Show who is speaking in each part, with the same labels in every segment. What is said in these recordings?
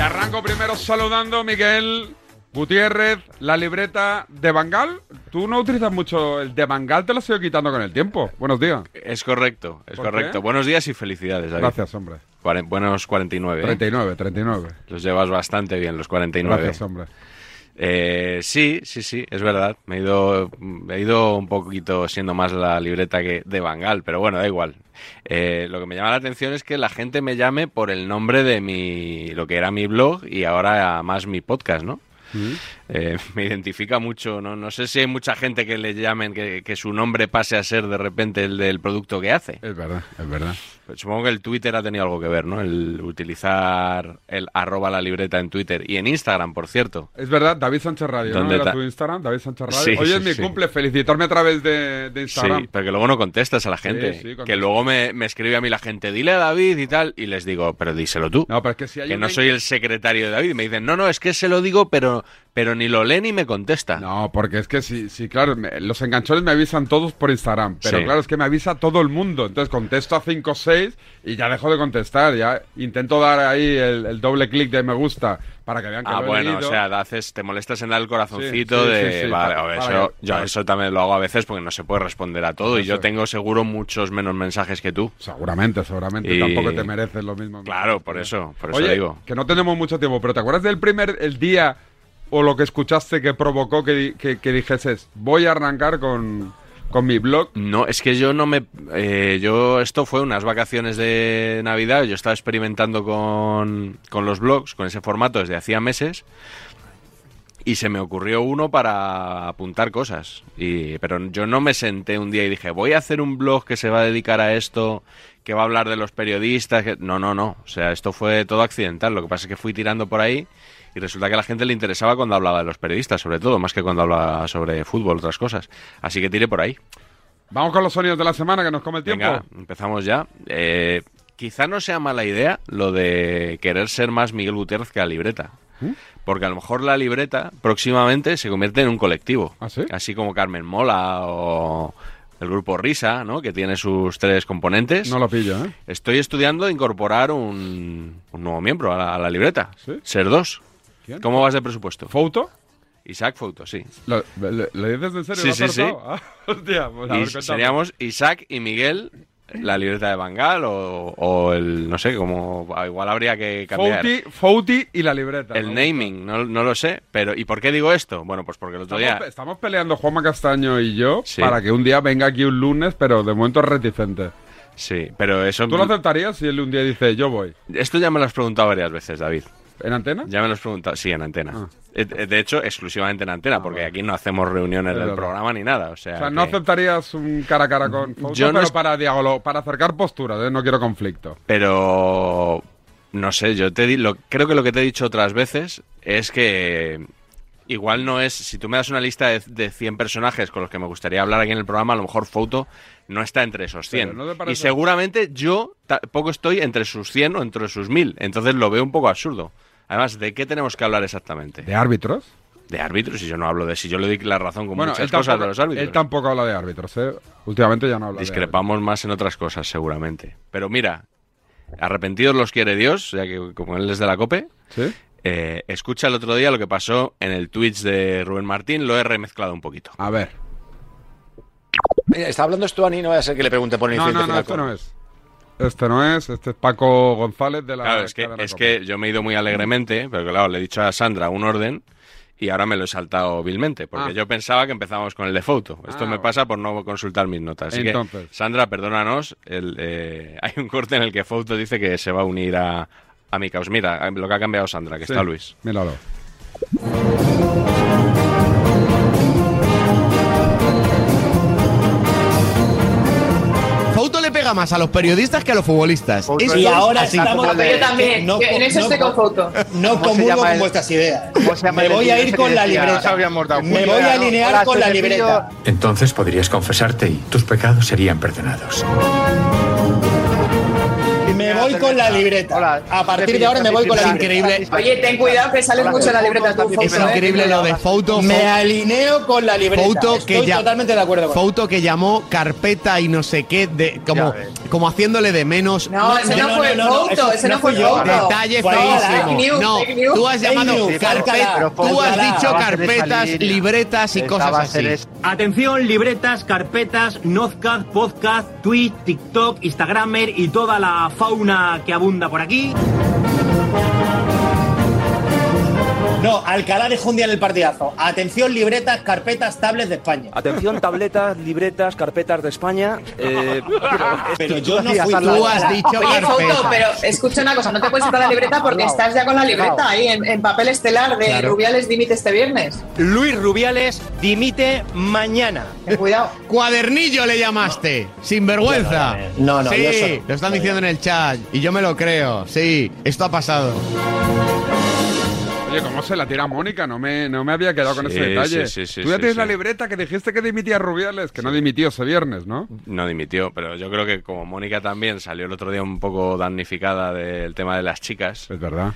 Speaker 1: Arranco primero saludando, Miguel Gutiérrez, la libreta de Bangal. Tú no utilizas mucho el de Bangal, te lo has ido quitando con el tiempo. Buenos días.
Speaker 2: Es correcto, es
Speaker 1: ¿Por qué?
Speaker 2: correcto. Buenos días y felicidades, David.
Speaker 1: Gracias, hombre.
Speaker 2: Cuaren- buenos 49. ¿eh?
Speaker 1: 39, 39.
Speaker 2: Los llevas bastante bien, los 49.
Speaker 1: Gracias, hombre.
Speaker 2: Eh, sí, sí, sí, es verdad. Me he ido, me he ido un poquito siendo más la libreta que de Bangal, pero bueno, da igual. Eh, lo que me llama la atención es que la gente me llame por el nombre de mi, lo que era mi blog y ahora más mi podcast, ¿no? Eh, me identifica mucho, ¿no? No sé si hay mucha gente que le llamen, que, que su nombre pase a ser de repente el del producto que hace.
Speaker 1: Es verdad, es verdad.
Speaker 2: Pues Supongo que el Twitter ha tenido algo que ver, ¿no? El utilizar el arroba la libreta en Twitter y en Instagram, por cierto.
Speaker 1: Es verdad, David Sánchez Radio, ¿no?
Speaker 2: ¿Dónde
Speaker 1: Era
Speaker 2: ta-
Speaker 1: tu Instagram, David Sánchez Radio.
Speaker 2: Sí,
Speaker 1: Hoy
Speaker 2: sí,
Speaker 1: es mi
Speaker 2: sí.
Speaker 1: cumple, felicitarme a través de, de Instagram.
Speaker 2: Sí, pero que luego no contestas a la gente.
Speaker 1: Sí, sí, contesto.
Speaker 2: que luego me, me escribe a mí la gente, dile a David y tal, y les digo, pero díselo tú.
Speaker 1: No, pero es que si hay
Speaker 2: que
Speaker 1: un
Speaker 2: no
Speaker 1: link-
Speaker 2: soy el secretario de David. Y me dicen, no, no, es que se lo digo, pero, pero ni lo lee ni me contesta.
Speaker 1: No, porque es que sí, sí, claro, me- los enganchones me avisan todos por Instagram, pero
Speaker 2: Sí.
Speaker 1: claro, es que me avisa todo el mundo, entonces contesto a 5 o 6 y ya dejo de contestar, ya intento dar ahí el, el doble clic de me gusta para que vean que
Speaker 2: Ah,
Speaker 1: lo he
Speaker 2: bueno,
Speaker 1: leído.
Speaker 2: o sea, haces, te molestas en dar el corazoncito
Speaker 1: Sí, sí,
Speaker 2: de...
Speaker 1: sí, sí,
Speaker 2: vale,
Speaker 1: para-
Speaker 2: eso,
Speaker 1: para-
Speaker 2: yo
Speaker 1: para-
Speaker 2: eso también lo hago a veces porque no se puede responder a todo y
Speaker 1: Eso
Speaker 2: yo
Speaker 1: es.
Speaker 2: tengo seguro muchos menos mensajes que tú.
Speaker 1: Seguramente, seguramente,
Speaker 2: Y-
Speaker 1: tampoco te mereces lo mismo.
Speaker 2: Claro, por eso, por eso
Speaker 1: Oye,
Speaker 2: digo.
Speaker 1: que no tenemos mucho tiempo, pero ¿te acuerdas del primer el día o lo que escuchaste que provocó que, di- que, que dijeses, voy a arrancar con, con mi blog?
Speaker 2: No, es que yo no me... eh, yo Esto fue unas vacaciones de Navidad, yo estaba experimentando con, con los blogs, con ese formato desde hacía meses. Y se me ocurrió uno para apuntar cosas. Y, pero yo no me senté un día y dije, voy a hacer un blog que se va a dedicar a esto, que va a hablar de los periodistas. que-". No, no, no. O sea, esto fue todo accidental. Lo que pasa es que fui tirando por ahí y resulta que a la gente le interesaba cuando hablaba de los periodistas, sobre todo, más que cuando hablaba sobre fútbol, otras cosas. Así que tiré por ahí.
Speaker 1: Vamos con los sonidos de la semana que nos come el tiempo.
Speaker 2: Venga, empezamos ya. Eh, quizá no sea mala idea lo de querer ser más Miguel Gutiérrez que la libreta. Porque a lo mejor la libreta próximamente se convierte en un colectivo.
Speaker 1: ¿Ah, sí?
Speaker 2: Así como Carmen Mola o el grupo Risa, ¿no? que tiene sus tres componentes.
Speaker 1: No lo pillo, ¿eh?
Speaker 2: Estoy estudiando incorporar un, un nuevo miembro a la, a la libreta.
Speaker 1: ¿Sí?
Speaker 2: Ser dos.
Speaker 1: ¿Quién?
Speaker 2: ¿Cómo vas de presupuesto?
Speaker 1: ¿Foto?
Speaker 2: Isaac Fouto, sí.
Speaker 1: ¿Lo, lo- lo dices en serio?
Speaker 2: Sí,
Speaker 1: ¿Lo has
Speaker 2: sí, sí.
Speaker 1: acertado? Ah, hostia, pues a
Speaker 2: Y
Speaker 1: ver, cuéntame.
Speaker 2: seríamos Isaac y Miguel, la libreta de Bangal o, o el, no sé, como igual habría que cambiar.
Speaker 1: Fouti, Fouti y la libreta.
Speaker 2: El
Speaker 1: ¿no?
Speaker 2: naming, no, no lo sé, pero ¿y por qué digo esto? Bueno, pues porque el otro día...
Speaker 1: Estamos, estamos peleando Juanma Castaño y yo
Speaker 2: Sí.
Speaker 1: para que un día venga aquí un lunes, pero de momento es reticente.
Speaker 2: Sí, pero eso...
Speaker 1: ¿Tú lo aceptarías si él un día dice yo voy?
Speaker 2: Esto ya me lo has preguntado varias veces, David.
Speaker 1: ¿En antena?
Speaker 2: Ya me lo has preguntado, sí, en antena.
Speaker 1: Ah.
Speaker 2: Eh, eh, De hecho, exclusivamente en antena, porque
Speaker 1: vale.
Speaker 2: aquí no hacemos reuniones
Speaker 1: Es
Speaker 2: del
Speaker 1: verdad.
Speaker 2: programa ni nada. O sea,
Speaker 1: O sea, no
Speaker 2: que-
Speaker 1: aceptarías un cara a cara con Fouto,
Speaker 2: Yo no
Speaker 1: pero
Speaker 2: es-
Speaker 1: para diálogo, para acercar posturas, ¿eh? no quiero conflicto.
Speaker 2: Pero no sé, yo te di- lo, creo que lo que te he dicho otras veces es que igual no es si tú me das una lista de, de 100 personajes con los que me gustaría hablar aquí en el programa, a lo mejor Foto no está entre esos 100.
Speaker 1: Pero, ¿no te parece?
Speaker 2: Y seguramente yo tampoco estoy entre sus 100 o entre sus 1000, entonces lo veo un poco absurdo. Además, ¿de qué tenemos que hablar exactamente?
Speaker 1: ¿De árbitros?
Speaker 2: De árbitros, si yo no hablo de si yo le doy la razón con
Speaker 1: bueno,
Speaker 2: muchas
Speaker 1: él
Speaker 2: cosas
Speaker 1: tampoco,
Speaker 2: de los árbitros.
Speaker 1: él tampoco habla de árbitros, ¿eh? Últimamente ya no habla de
Speaker 2: Discrepamos más en otras cosas, seguramente. Pero mira, arrepentidos los quiere Dios, ya que como él es de la COPE,
Speaker 1: árbitros. ¿Sí?
Speaker 2: eh, escucha el otro día lo que pasó en el Twitch de Rubén Martín, lo he remezclado un poquito.
Speaker 1: A ver.
Speaker 3: Mira, está hablando Stuani, no vaya a ser que le pregunte por el
Speaker 1: No,
Speaker 3: incidente
Speaker 1: no, no,
Speaker 3: final
Speaker 1: esto
Speaker 3: con-
Speaker 1: no es. Este no es, este es Paco González de la.
Speaker 2: Claro, es que,
Speaker 1: cadena
Speaker 2: es
Speaker 1: Cope.
Speaker 2: que yo me he ido muy alegremente, pero claro, le he dicho a Sandra un orden y ahora me lo he saltado vilmente, porque
Speaker 1: Ah.
Speaker 2: yo pensaba que empezábamos con el de foto.
Speaker 1: Ah,
Speaker 2: Esto me
Speaker 1: bueno.
Speaker 2: pasa por no consultar mis notas. Así
Speaker 1: Entonces.
Speaker 2: que, Sandra, perdónanos, el, eh, hay un corte en el que Foto dice que se va a unir a, a mi caos. Mira, eh, lo que ha cambiado Sandra, que
Speaker 1: Sí,
Speaker 2: está Luis.
Speaker 1: Míralo.
Speaker 4: Fouto le pega más a los periodistas que a los futbolistas. Esto
Speaker 5: Y
Speaker 4: es
Speaker 5: ahora
Speaker 4: así.
Speaker 5: estamos
Speaker 6: Yo también,
Speaker 5: No,
Speaker 6: que en eso
Speaker 5: no,
Speaker 6: estoy
Speaker 5: no.
Speaker 6: con foto.
Speaker 5: No
Speaker 3: ¿Cómo se
Speaker 5: comulgo
Speaker 3: llama
Speaker 5: con
Speaker 3: el-
Speaker 5: vuestras ideas.
Speaker 3: ¿Cómo se llama
Speaker 5: Me
Speaker 3: el
Speaker 5: voy a
Speaker 3: tío
Speaker 5: ir
Speaker 3: ese
Speaker 5: con
Speaker 3: que
Speaker 5: la
Speaker 3: decía, "Nos
Speaker 5: libreta.
Speaker 3: habíamos dado
Speaker 5: Me
Speaker 3: cuenta,
Speaker 5: voy a
Speaker 3: ¿no?
Speaker 5: alinear
Speaker 3: Hola,
Speaker 5: con la
Speaker 3: soy Pepillo".
Speaker 5: libreta.
Speaker 7: Entonces podrías confesarte y tus pecados serían perdonados.
Speaker 5: Me voy con la libreta. A partir de ahora me voy con la libreta.
Speaker 4: Increíble.
Speaker 6: Oye, ten cuidado que sales mucho en la libreta tú.
Speaker 4: Es
Speaker 6: Fofo, ¿eh?
Speaker 4: increíble lo de Fouto.
Speaker 5: Me alineo con la libreta.
Speaker 4: Fouto
Speaker 5: Estoy
Speaker 4: que ya-
Speaker 5: totalmente de acuerdo con
Speaker 4: Fouto que llamó carpeta y no sé qué, de, como,
Speaker 7: Ya ves.
Speaker 4: como haciéndole de menos.
Speaker 6: No, ese
Speaker 5: no,
Speaker 6: no fue
Speaker 5: no, no, no,
Speaker 6: Fouto,
Speaker 5: eso
Speaker 6: ese
Speaker 5: no
Speaker 6: no fue
Speaker 5: fui yo.
Speaker 6: Fouto.
Speaker 4: Detalle
Speaker 5: Fue
Speaker 6: fake
Speaker 4: feísimo.
Speaker 6: news,
Speaker 4: No,
Speaker 6: fake news.
Speaker 4: tú has
Speaker 5: Fake
Speaker 4: llamado
Speaker 5: news,
Speaker 4: carpeta,
Speaker 5: Alcalá.
Speaker 4: tú has
Speaker 5: Alcalá,
Speaker 4: dicho
Speaker 7: va a ser esa
Speaker 4: carpetas,
Speaker 7: línea.
Speaker 4: libretas y
Speaker 7: Esa
Speaker 4: cosas
Speaker 7: va a ser
Speaker 4: así.
Speaker 7: esa.
Speaker 8: Atención, libretas, carpetas, nozcas, podcast, tweet, TikTok, Instagramer y toda la fauna que abunda por aquí.
Speaker 5: vos. No, Alcalá dejó un día en el partidazo. Atención, libretas, carpetas, tablets de España.
Speaker 9: Atención, tabletas, libretas, carpetas de España. eh,
Speaker 5: Pero yo no fui
Speaker 4: Tú has dicho
Speaker 6: Oye, Fouto,
Speaker 4: carpeta.
Speaker 6: pero escucha una cosa, no te puedes quitar la libreta porque estás ya con la libreta ahí en, en papel estelar de
Speaker 4: Claro.
Speaker 6: Rubiales dimite este viernes.
Speaker 5: Luis Rubiales dimite mañana.
Speaker 6: Ten cuidado.
Speaker 4: Cuadernillo le llamaste, sinvergüenza.
Speaker 5: No, no,
Speaker 4: sí,
Speaker 5: yo eso-
Speaker 4: lo están diciendo en el chat y yo me lo creo. Sí, esto ha pasado.
Speaker 1: Oye, ¿cómo se la tira Mónica? No me, no me había quedado con
Speaker 2: Sí,
Speaker 1: ese detalle.
Speaker 2: sí, sí, sí,
Speaker 1: Tú ya
Speaker 2: sí,
Speaker 1: tienes
Speaker 2: sí.
Speaker 1: la libreta que dijiste que dimitía Rubiales, que no dimitió ese viernes, ¿no?
Speaker 2: No dimitió, pero yo creo que como Mónica también salió el otro día un poco damnificada del tema de las chicas,
Speaker 1: Es verdad.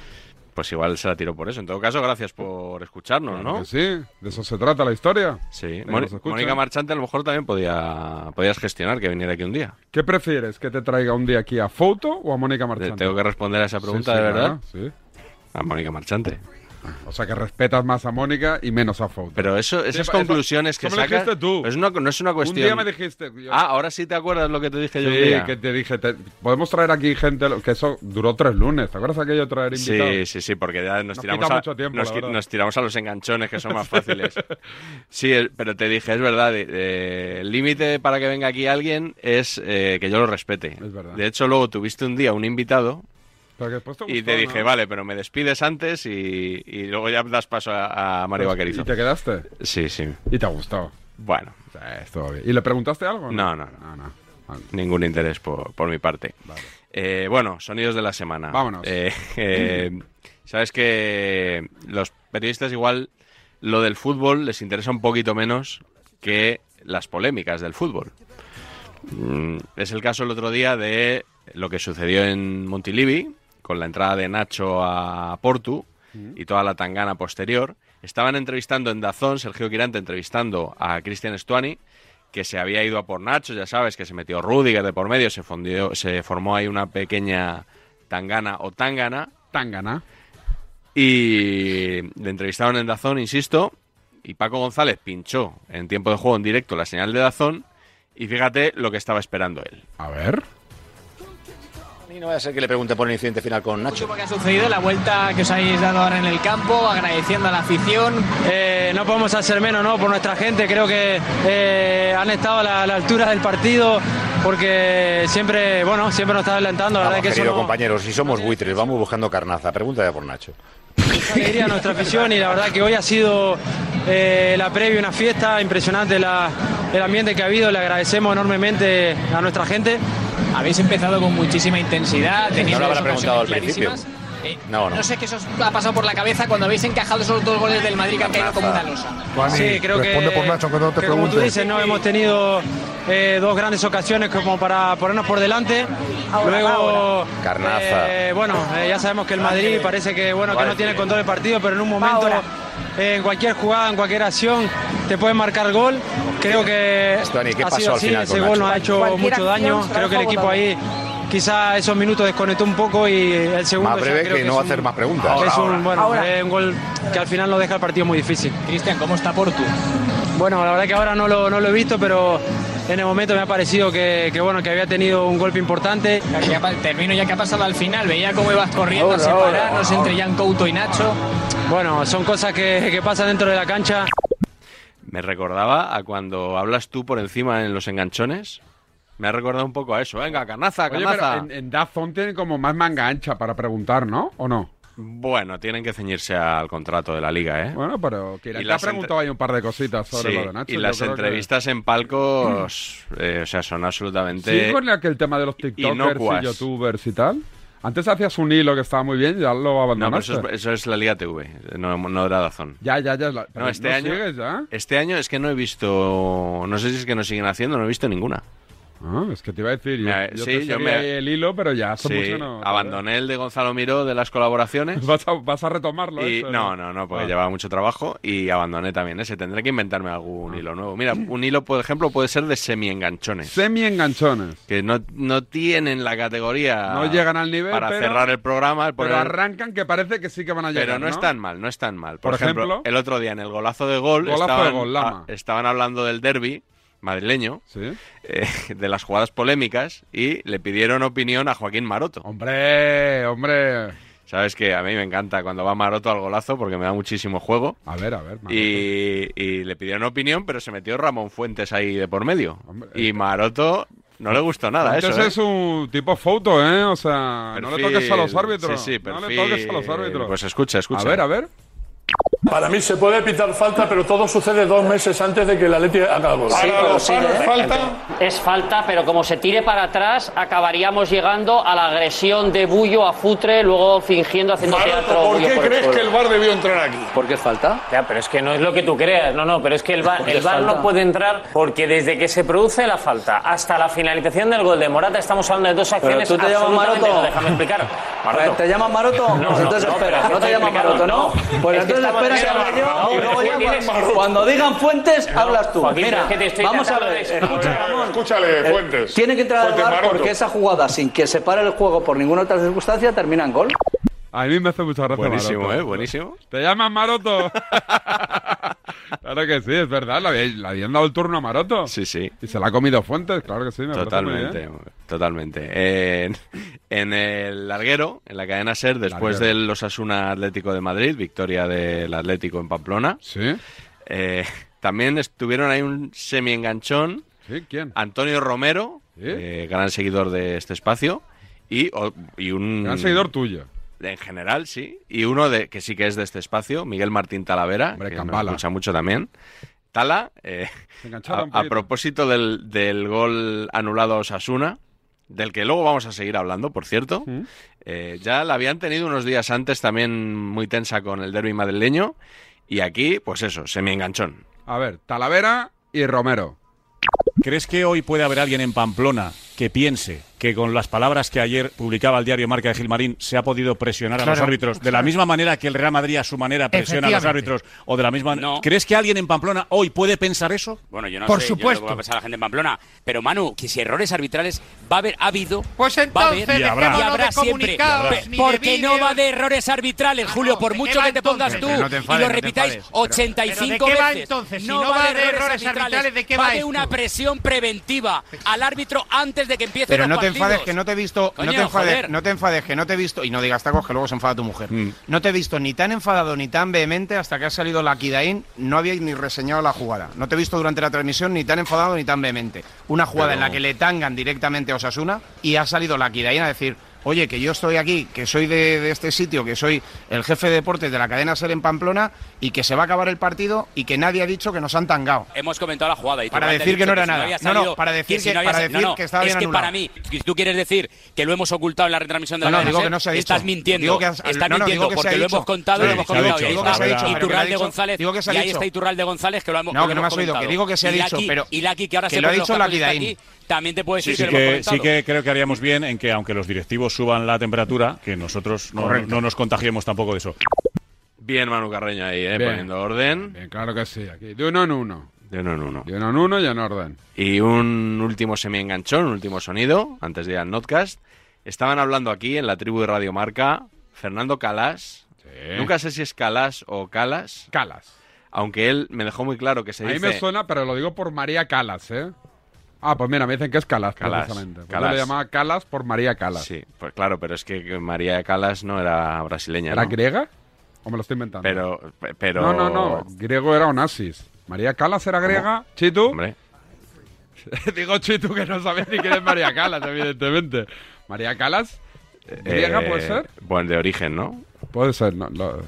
Speaker 2: pues igual se la tiró por eso. En todo caso, gracias por escucharnos,
Speaker 1: Claro
Speaker 2: ¿no?
Speaker 1: que Sí, de eso se trata la historia.
Speaker 2: Sí.
Speaker 1: De que
Speaker 2: Moni-
Speaker 1: nos escuchen.
Speaker 2: Mónica Marchante a lo mejor también podía, podías gestionar que viniera aquí un día.
Speaker 1: ¿Qué prefieres? ¿Que te traiga un día aquí a Foto o a Mónica
Speaker 2: Le
Speaker 1: Marchante?
Speaker 2: Tengo que responder a esa pregunta
Speaker 1: Sí,
Speaker 2: de
Speaker 1: sí,
Speaker 2: verdad.
Speaker 1: claro,
Speaker 2: A Mónica Marchante.
Speaker 1: sí. O sea, que respetas más a Mónica y menos a Foto.
Speaker 2: Pero eso, esas
Speaker 1: eso-
Speaker 2: conclusiones que
Speaker 1: eso me lo
Speaker 2: sacas.
Speaker 1: dijiste tú.
Speaker 2: pues no, no es una
Speaker 1: un
Speaker 2: cuestión.
Speaker 1: día me dijiste... yo-
Speaker 2: Ah, ahora sí te acuerdas lo que te dije yo. un
Speaker 1: Sí,
Speaker 2: día.
Speaker 1: que te dije, te- podemos traer aquí gente, lo- que eso duró tres lunes, ¿te acuerdas aquello de traer invitados?
Speaker 2: Sí, sí, sí, porque ya nos,
Speaker 1: Nos
Speaker 2: tiramos,
Speaker 1: quita
Speaker 2: a,
Speaker 1: mucho tiempo,
Speaker 2: nos,
Speaker 1: la
Speaker 2: qui-
Speaker 1: verdad.
Speaker 2: nos tiramos a los enganchones que son más fáciles. sí, el- pero te dije, es verdad, de- de- el límite para que venga aquí alguien es eh, que yo lo respete.
Speaker 1: Es verdad.
Speaker 2: De hecho, luego tuviste un día un invitado
Speaker 1: Pero que después
Speaker 2: y
Speaker 1: gustó,
Speaker 2: te dije,
Speaker 1: ¿no?
Speaker 2: vale, pero me despides antes y, y luego ya das paso a, a Mario Vaquerizo.
Speaker 1: Pues, Y te quedaste.
Speaker 2: Sí, sí.
Speaker 1: Y te ha gustado.
Speaker 2: Bueno,
Speaker 1: Sí, estuvo bien. ¿Y le preguntaste algo? Ah,
Speaker 2: No, no,
Speaker 1: no. no.
Speaker 2: ningún interés por, por mi parte. Eh, bueno, sonidos de la semana.
Speaker 1: Vámonos.
Speaker 2: Eh, eh, Sabes que los periodistas igual lo del fútbol les interesa un poquito menos que las polémicas del fútbol. Mm, Es el caso el otro día de lo que sucedió en Montilivi con la entrada de Nacho a Portu y toda la tangana posterior. Estaban entrevistando en Dazón, Sergio Quirante entrevistando a Cristian Stuani, que se había ido a por Nacho, ya sabes, que se metió Rudiger de por medio, se, fundió- se formó ahí una pequeña tangana o tangana.
Speaker 1: Tangana.
Speaker 2: Y le entrevistaron en Dazón, insisto, y Paco González pinchó en tiempo de juego en directo la señal de Dazón. Y fíjate lo que estaba esperando él.
Speaker 1: A ver.
Speaker 3: Y no vaya a ser que le pregunte por el incidente final con Nacho.
Speaker 9: que ha sucedido, la vuelta que os habéis dado ahora en el campo, agradeciendo a la afición. Eh, no podemos hacer menos, ¿no? Por nuestra gente, creo que eh, han estado a la, a la altura del partido, porque siempre, bueno, siempre nos está adelantando. La
Speaker 3: Vamos,
Speaker 9: verdad que eso
Speaker 3: querido
Speaker 9: no-
Speaker 3: compañero, si somos buitres, vamos buscando carnaza. Pregúntale por Nacho.
Speaker 9: mucha alegría a nuestra afición y la verdad que hoy ha sido eh, la previa una fiesta impresionante la- el ambiente que ha habido le agradecemos enormemente a nuestra gente habéis empezado con muchísima intensidad
Speaker 3: teniendo habrá dos preguntado ocasiones al clarísimas.
Speaker 9: Eh,
Speaker 3: No, no. no sé
Speaker 9: qué os ha pasado por la cabeza cuando habéis encajado esos dos goles del Madrid que han caído como una losa
Speaker 7: Juani,
Speaker 9: sí, creo
Speaker 7: responde
Speaker 9: que,
Speaker 7: por Nacho, aunque no te
Speaker 9: que como tú
Speaker 7: pregunte.
Speaker 9: dices, no hemos tenido eh, dos grandes ocasiones como para ponernos por delante. Luego,
Speaker 3: Carnaza.
Speaker 9: eh, bueno, eh, ya sabemos que el Madrid parece que bueno que no tiene control del partido, pero en un momento, eh, en cualquier jugada, en cualquier acción, te pueden marcar gol. Creo que
Speaker 3: Estuani, ¿qué
Speaker 9: ha
Speaker 3: pasó
Speaker 9: sido
Speaker 3: al
Speaker 9: así.
Speaker 3: final con
Speaker 9: Ese gol
Speaker 3: Nacho?
Speaker 9: nos ha hecho
Speaker 6: Cualquier
Speaker 9: mucho
Speaker 6: acción
Speaker 9: daño.
Speaker 6: será
Speaker 9: Creo que el equipo
Speaker 6: favorable.
Speaker 9: ahí. Quizá esos minutos desconectó un poco y el segundo.
Speaker 3: Más
Speaker 9: ya
Speaker 3: breve
Speaker 9: creo
Speaker 3: que no
Speaker 9: es
Speaker 3: va a
Speaker 9: un-
Speaker 3: hacer más preguntas.
Speaker 9: es un, bueno,
Speaker 6: Ahora.
Speaker 9: eh, un gol que al final lo deja el partido muy difícil. Cristian, ¿cómo está Portu? Bueno, la verdad que ahora no lo, no lo he visto, pero en el momento me ha parecido que, que, bueno que había tenido un golpe importante.
Speaker 10: Termino ya que ha pasado al final. Veía cómo ibas corriendo a separarnos entre Jan Couto y Nacho.
Speaker 9: Bueno, son cosas que, que pasan dentro de la cancha.
Speaker 2: Me recordaba a cuando hablas tú por encima en los enganchones. Me ha recordado un poco a eso. Venga, carnaza,
Speaker 1: Oye,
Speaker 2: carnaza.
Speaker 1: pero en, en Dazón tienen como más manga ancha para preguntar, ¿no? ¿O no?
Speaker 2: Bueno, tienen que ceñirse al contrato de la liga, ¿eh?
Speaker 1: Bueno, pero que
Speaker 2: Y
Speaker 1: te ha
Speaker 2: las
Speaker 1: preguntado
Speaker 2: entre-
Speaker 1: ahí un par de cositas sobre
Speaker 2: Sí,
Speaker 1: lo de Nacho.
Speaker 2: y
Speaker 1: yo
Speaker 2: las
Speaker 1: creo que-
Speaker 2: entrevistas en palcos, eh, o sea, son absolutamente...
Speaker 1: Sí, con aquel tema de los TikTokers
Speaker 2: inocuas.
Speaker 1: y YouTubers y tal. Antes hacías un hilo que estaba muy bien, ya lo
Speaker 2: No, pero
Speaker 1: abandonaste.
Speaker 2: eso es, eso es la Liga TV, no, no era Dazón.
Speaker 1: Ya, ya, ya. es la- pero
Speaker 2: No, este año,
Speaker 1: sigues ya?
Speaker 2: este año es que no he visto, no sé si es que no siguen haciendo, no he visto ninguna.
Speaker 1: Ah, es que te iba a decir, yo,
Speaker 2: Mira,
Speaker 1: yo
Speaker 2: Eh, sí,
Speaker 1: te
Speaker 2: yo
Speaker 1: seguía
Speaker 2: me-
Speaker 1: ahí el hilo, pero ya hace
Speaker 2: Sí,
Speaker 1: mucho no.
Speaker 2: abandoné el de Gonzalo Miró de las colaboraciones.
Speaker 1: Vas a, vas a retomarlo.
Speaker 2: Y,
Speaker 1: eso,
Speaker 2: no, no, no, porque
Speaker 1: Ah.
Speaker 2: llevaba mucho trabajo y abandoné también ese. Tendré que inventarme algún
Speaker 1: Ah.
Speaker 2: hilo nuevo. Mira, un hilo, por ejemplo, puede ser de semi-enganchones.
Speaker 1: Semi-enganchones.
Speaker 2: Que no, no tienen la categoría
Speaker 1: No llegan al nivel,
Speaker 2: para
Speaker 1: pero-
Speaker 2: cerrar el programa. el
Speaker 1: Pero
Speaker 2: poner-
Speaker 1: arrancan que parece que sí que van a llegar.
Speaker 2: pero no,
Speaker 1: no
Speaker 2: es tan mal, no es tan mal. Por,
Speaker 1: Por
Speaker 2: ejemplo,
Speaker 1: ejemplo,
Speaker 2: el otro día en el golazo de gol
Speaker 1: Golazo de
Speaker 2: estaban,
Speaker 1: gol, Lama.
Speaker 2: a- estaban hablando del derby madrileño,
Speaker 1: Sí.
Speaker 2: eh, de las jugadas polémicas, y le pidieron opinión a Joaquín Maroto.
Speaker 1: Hombre, hombre.
Speaker 2: Sabes que a mí me encanta cuando va Maroto al golazo porque me da muchísimo juego.
Speaker 1: A ver, a ver. Maroto.
Speaker 2: Y, y le pidieron opinión, pero se metió Ramón Fuentes ahí de por medio.
Speaker 1: Hombre,
Speaker 2: y Maroto no le gustó nada
Speaker 1: Entonces
Speaker 2: eso. ¿eh?
Speaker 1: es un tipo foto, ¿eh? O sea, no le
Speaker 2: Perfil-
Speaker 1: toques a los árbitros.
Speaker 2: Sí, sí,
Speaker 1: no le
Speaker 2: perfil-
Speaker 1: toques a los árbitros.
Speaker 2: Pues escucha, escucha.
Speaker 1: a ver, a ver.
Speaker 7: Para mí se puede pitar falta, pero todo sucede dos meses antes de que la Leti haga gol.
Speaker 11: eh.
Speaker 12: ¿eh? Es falta, pero como se tire para atrás, acabaríamos llegando a la agresión de Bullo a Futre, luego fingiendo haciendo teatro. Bullo por el suelo.
Speaker 7: VAR debió entrar aquí?
Speaker 12: ¿Por qué falta?
Speaker 9: Ya, pero es que no es lo que tú creas, no, no, pero es que el VAR,
Speaker 12: Porque
Speaker 9: el
Speaker 12: es
Speaker 9: VAR no
Speaker 12: falta.
Speaker 9: puede entrar porque desde que se produce la falta hasta la finalización del gol de Morata estamos hablando de dos acciones
Speaker 12: tú te llamas
Speaker 9: absolutamente-
Speaker 12: Maroto.
Speaker 9: no, déjame explicar. Maroto.
Speaker 12: ¿Te llamas Maroto?
Speaker 9: No,
Speaker 12: Pues
Speaker 9: no,
Speaker 12: entonces
Speaker 9: no,
Speaker 12: espera,
Speaker 9: pero
Speaker 12: no te llamas
Speaker 9: explicaron,
Speaker 12: Maroto, ¿no?
Speaker 9: no.
Speaker 12: Pues
Speaker 9: Es que
Speaker 12: entonces
Speaker 9: estamos
Speaker 12: espera que
Speaker 9: hablando
Speaker 12: hable
Speaker 9: de
Speaker 12: yo
Speaker 9: Maroto,
Speaker 12: y luego
Speaker 9: pero
Speaker 12: ya
Speaker 9: tienes-
Speaker 12: cuando, cuando digan fuentes, hablas tú.
Speaker 9: Joaquín,
Speaker 12: Mira,
Speaker 9: pero es que te estoy
Speaker 12: vamos a
Speaker 9: tratando
Speaker 12: ver,
Speaker 9: de-
Speaker 12: escucha,
Speaker 9: Escucha,
Speaker 12: Ramón.
Speaker 7: escúchale,
Speaker 12: Eh,
Speaker 7: Fuentes.
Speaker 12: Tiene que entrar al
Speaker 7: Fuentes,
Speaker 12: VAR
Speaker 7: Maroto.
Speaker 12: porque esa jugada, sin que se pare el juego por ninguna otra circunstancia, termina en gol.
Speaker 1: A mí me hace mucha gracia.
Speaker 2: Buenísimo,
Speaker 1: Maroto.
Speaker 2: ¿eh? Buenísimo.
Speaker 1: ¿Te llamas Maroto? claro que sí, es verdad. Le habían, le habían dado el turno a Maroto.
Speaker 2: Sí, sí.
Speaker 1: Y se la ha comido Fuentes, claro que sí. Me parece muy bien.
Speaker 2: Totalmente, totalmente. Eh, En, en el larguero, en la cadena SER, después
Speaker 1: Larguero.
Speaker 2: del Osasuna Atlético de Madrid, victoria del Atlético en Pamplona,
Speaker 1: Sí.
Speaker 2: eh, también estuvieron ahí un semi-enganchón.
Speaker 1: ¿Sí? ¿Quién?
Speaker 2: Antonio Romero,
Speaker 1: Sí.
Speaker 2: eh, gran seguidor de este espacio, y, o- y un...
Speaker 1: Gran seguidor tuyo.
Speaker 2: En general, sí. Y uno de que sí que es de este espacio, Miguel Martín Talavera,
Speaker 1: Hombre,
Speaker 2: que nos
Speaker 1: Cambala.
Speaker 2: escucha mucho también. Tala, eh,
Speaker 1: Se
Speaker 2: a,
Speaker 1: engancharon.
Speaker 2: a propósito del, del gol anulado a Osasuna, del que luego vamos a seguir hablando, por cierto, eh, ya la habían tenido unos días antes también muy tensa con el derby madrileño. Y aquí, pues eso, semi-enganchón.
Speaker 1: A ver, Talavera y Romero.
Speaker 13: ¿Crees que hoy puede haber alguien en Pamplona que piense que con las palabras que ayer publicaba el diario Marca de Gilmarín se ha podido presionar a los
Speaker 14: Claro.
Speaker 13: árbitros de la misma manera que el Real Madrid a su manera presiona a los
Speaker 14: Efectivamente.
Speaker 13: árbitros o de la misma
Speaker 14: No.
Speaker 13: ¿Crees que alguien en Pamplona hoy puede pensar eso?
Speaker 14: Bueno, yo no
Speaker 13: Por
Speaker 14: sé,
Speaker 13: supuesto.
Speaker 14: yo no le voy a pensar a la gente en Pamplona, pero Manu, que si errores arbitrales va a haber ha habido,
Speaker 15: pues
Speaker 14: va a haber
Speaker 15: entonces dejémonos de
Speaker 14: siempre,
Speaker 15: comunicados,
Speaker 14: Pe-
Speaker 15: ni de
Speaker 14: porque no
Speaker 15: vídeos. Ah,
Speaker 14: va de errores arbitrales, Julio, por mucho que te pongas tú
Speaker 15: entonces? Pero no te
Speaker 14: y lo
Speaker 15: enfades, no te
Speaker 14: repitáis
Speaker 15: enfades. Pero-
Speaker 14: 85
Speaker 15: ¿pero de qué va
Speaker 14: veces.
Speaker 15: entonces? Si no va de errores arbitrales, ¿de qué va
Speaker 14: de
Speaker 15: esto?
Speaker 14: una presión preventiva al árbitro antes de que empiece
Speaker 4: Pero
Speaker 14: los
Speaker 4: no te
Speaker 14: partidos.
Speaker 4: enfades que no te he visto,
Speaker 14: Coño,
Speaker 4: no te enfades,
Speaker 14: joder.
Speaker 4: no te enfades que no te he visto y no digas tacos que luego se enfada tu mujer. No te he visto ni tan enfadado ni tan vehemente hasta que ha salido la Kidain, no habíais ni reseñado la jugada. No te he visto durante la transmisión ni tan enfadado ni tan vehemente. Una jugada
Speaker 16: Pero-
Speaker 4: en la que le tangan directamente a Osasuna y ha salido la Kidain a decir Oye, que yo estoy aquí, que soy de, de este sitio, que soy el jefe de deportes de la cadena Ser en Pamplona y que se va a acabar el partido y que nadie ha dicho que nos han tangado.
Speaker 14: Hemos comentado la jugada y tú
Speaker 4: Para
Speaker 14: realmente
Speaker 4: decir
Speaker 14: has
Speaker 4: que
Speaker 14: dicho
Speaker 4: no era
Speaker 14: si
Speaker 4: nada.
Speaker 14: había
Speaker 4: No, no,
Speaker 14: salido,
Speaker 4: para decir
Speaker 14: si
Speaker 4: que-
Speaker 14: no había
Speaker 4: para
Speaker 14: salido.
Speaker 4: decir
Speaker 14: No, no,
Speaker 4: que estaba
Speaker 14: es
Speaker 4: bien
Speaker 14: que
Speaker 4: anulado.
Speaker 14: para mí, si tú quieres decir que lo hemos ocultado en la retransmisión de
Speaker 4: No, no,
Speaker 14: la
Speaker 4: digo
Speaker 14: Mediaset,
Speaker 4: que no se ha
Speaker 14: estás
Speaker 4: dicho.
Speaker 14: mintiendo,
Speaker 4: Digo que ha-
Speaker 14: estás
Speaker 4: no, no,
Speaker 14: mintiendo
Speaker 4: digo que se
Speaker 14: porque
Speaker 4: ha
Speaker 14: lo
Speaker 4: dicho.
Speaker 14: hemos contado,
Speaker 4: Sí,
Speaker 14: lo hemos
Speaker 4: se ha
Speaker 14: contado
Speaker 4: dicho,
Speaker 14: y ahí
Speaker 4: digo que
Speaker 14: está.
Speaker 4: se ha dicho, pero que lo ha
Speaker 14: Iturralde
Speaker 4: dicho.
Speaker 14: González,
Speaker 4: Digo que se ha
Speaker 14: y ahí
Speaker 4: dicho.
Speaker 14: está Iturralde González que lo hemos
Speaker 4: No,
Speaker 14: lo
Speaker 4: que no me
Speaker 14: hemos
Speaker 4: has oído,
Speaker 14: comentado.
Speaker 4: que digo que se ha
Speaker 14: Y
Speaker 4: dicho,
Speaker 14: Laki-
Speaker 4: pero-
Speaker 14: Y Laki, que ahora
Speaker 4: que
Speaker 14: se
Speaker 4: lo ha
Speaker 14: pone los
Speaker 4: dicho la
Speaker 14: tacos y está
Speaker 4: Kidain.
Speaker 14: aquí, también te puedo
Speaker 13: Sí,
Speaker 14: decir
Speaker 13: sí
Speaker 14: que lo hemos
Speaker 13: que, sí
Speaker 14: comentado.
Speaker 13: que creo que haríamos bien en que aunque los directivos suban la temperatura, que nosotros no,
Speaker 2: Correcto.
Speaker 13: no nos contagiemos tampoco de eso.
Speaker 2: Bien, Manu Carreño ahí, ¿eh?
Speaker 1: Bien.
Speaker 2: poniendo orden.
Speaker 1: Bien, claro que sí. Aquí, de uno en uno.
Speaker 2: De uno en uno.
Speaker 1: De uno en uno y en orden.
Speaker 2: Y un último semi-enganchón, un último sonido, antes de ir al notcast. Estaban hablando aquí en la tribu de Radio Marca Fernando Calas.
Speaker 1: eh.
Speaker 2: Nunca sé si es Calas o Calas.
Speaker 1: Calas.
Speaker 2: Aunque él me dejó muy claro que se
Speaker 1: A mí
Speaker 2: dice...
Speaker 1: me suena, pero lo digo por María Calas, ¿eh? Ah, pues mira, me dicen que es Calas,
Speaker 2: Calas,
Speaker 1: precisamente. Pues
Speaker 2: Calas.
Speaker 1: Yo le llamaba Calas por María Calas.
Speaker 2: Sí, pues claro, pero es que María Calas no era brasileña,
Speaker 1: ¿Era
Speaker 2: ¿no?
Speaker 1: griega? ¿O me lo estoy inventando?
Speaker 2: Pero, pe- pero...
Speaker 1: No, no, no. Griego era Onassis. María Calas era griega. Chitu.
Speaker 2: Hombre.
Speaker 1: Digo Chitu que no sabes ni quién es María Calas, evidentemente. María Calas, griega
Speaker 2: eh,
Speaker 1: puede ser.
Speaker 2: Bueno, de origen, ¿no?
Speaker 1: Puede ser, no. lo-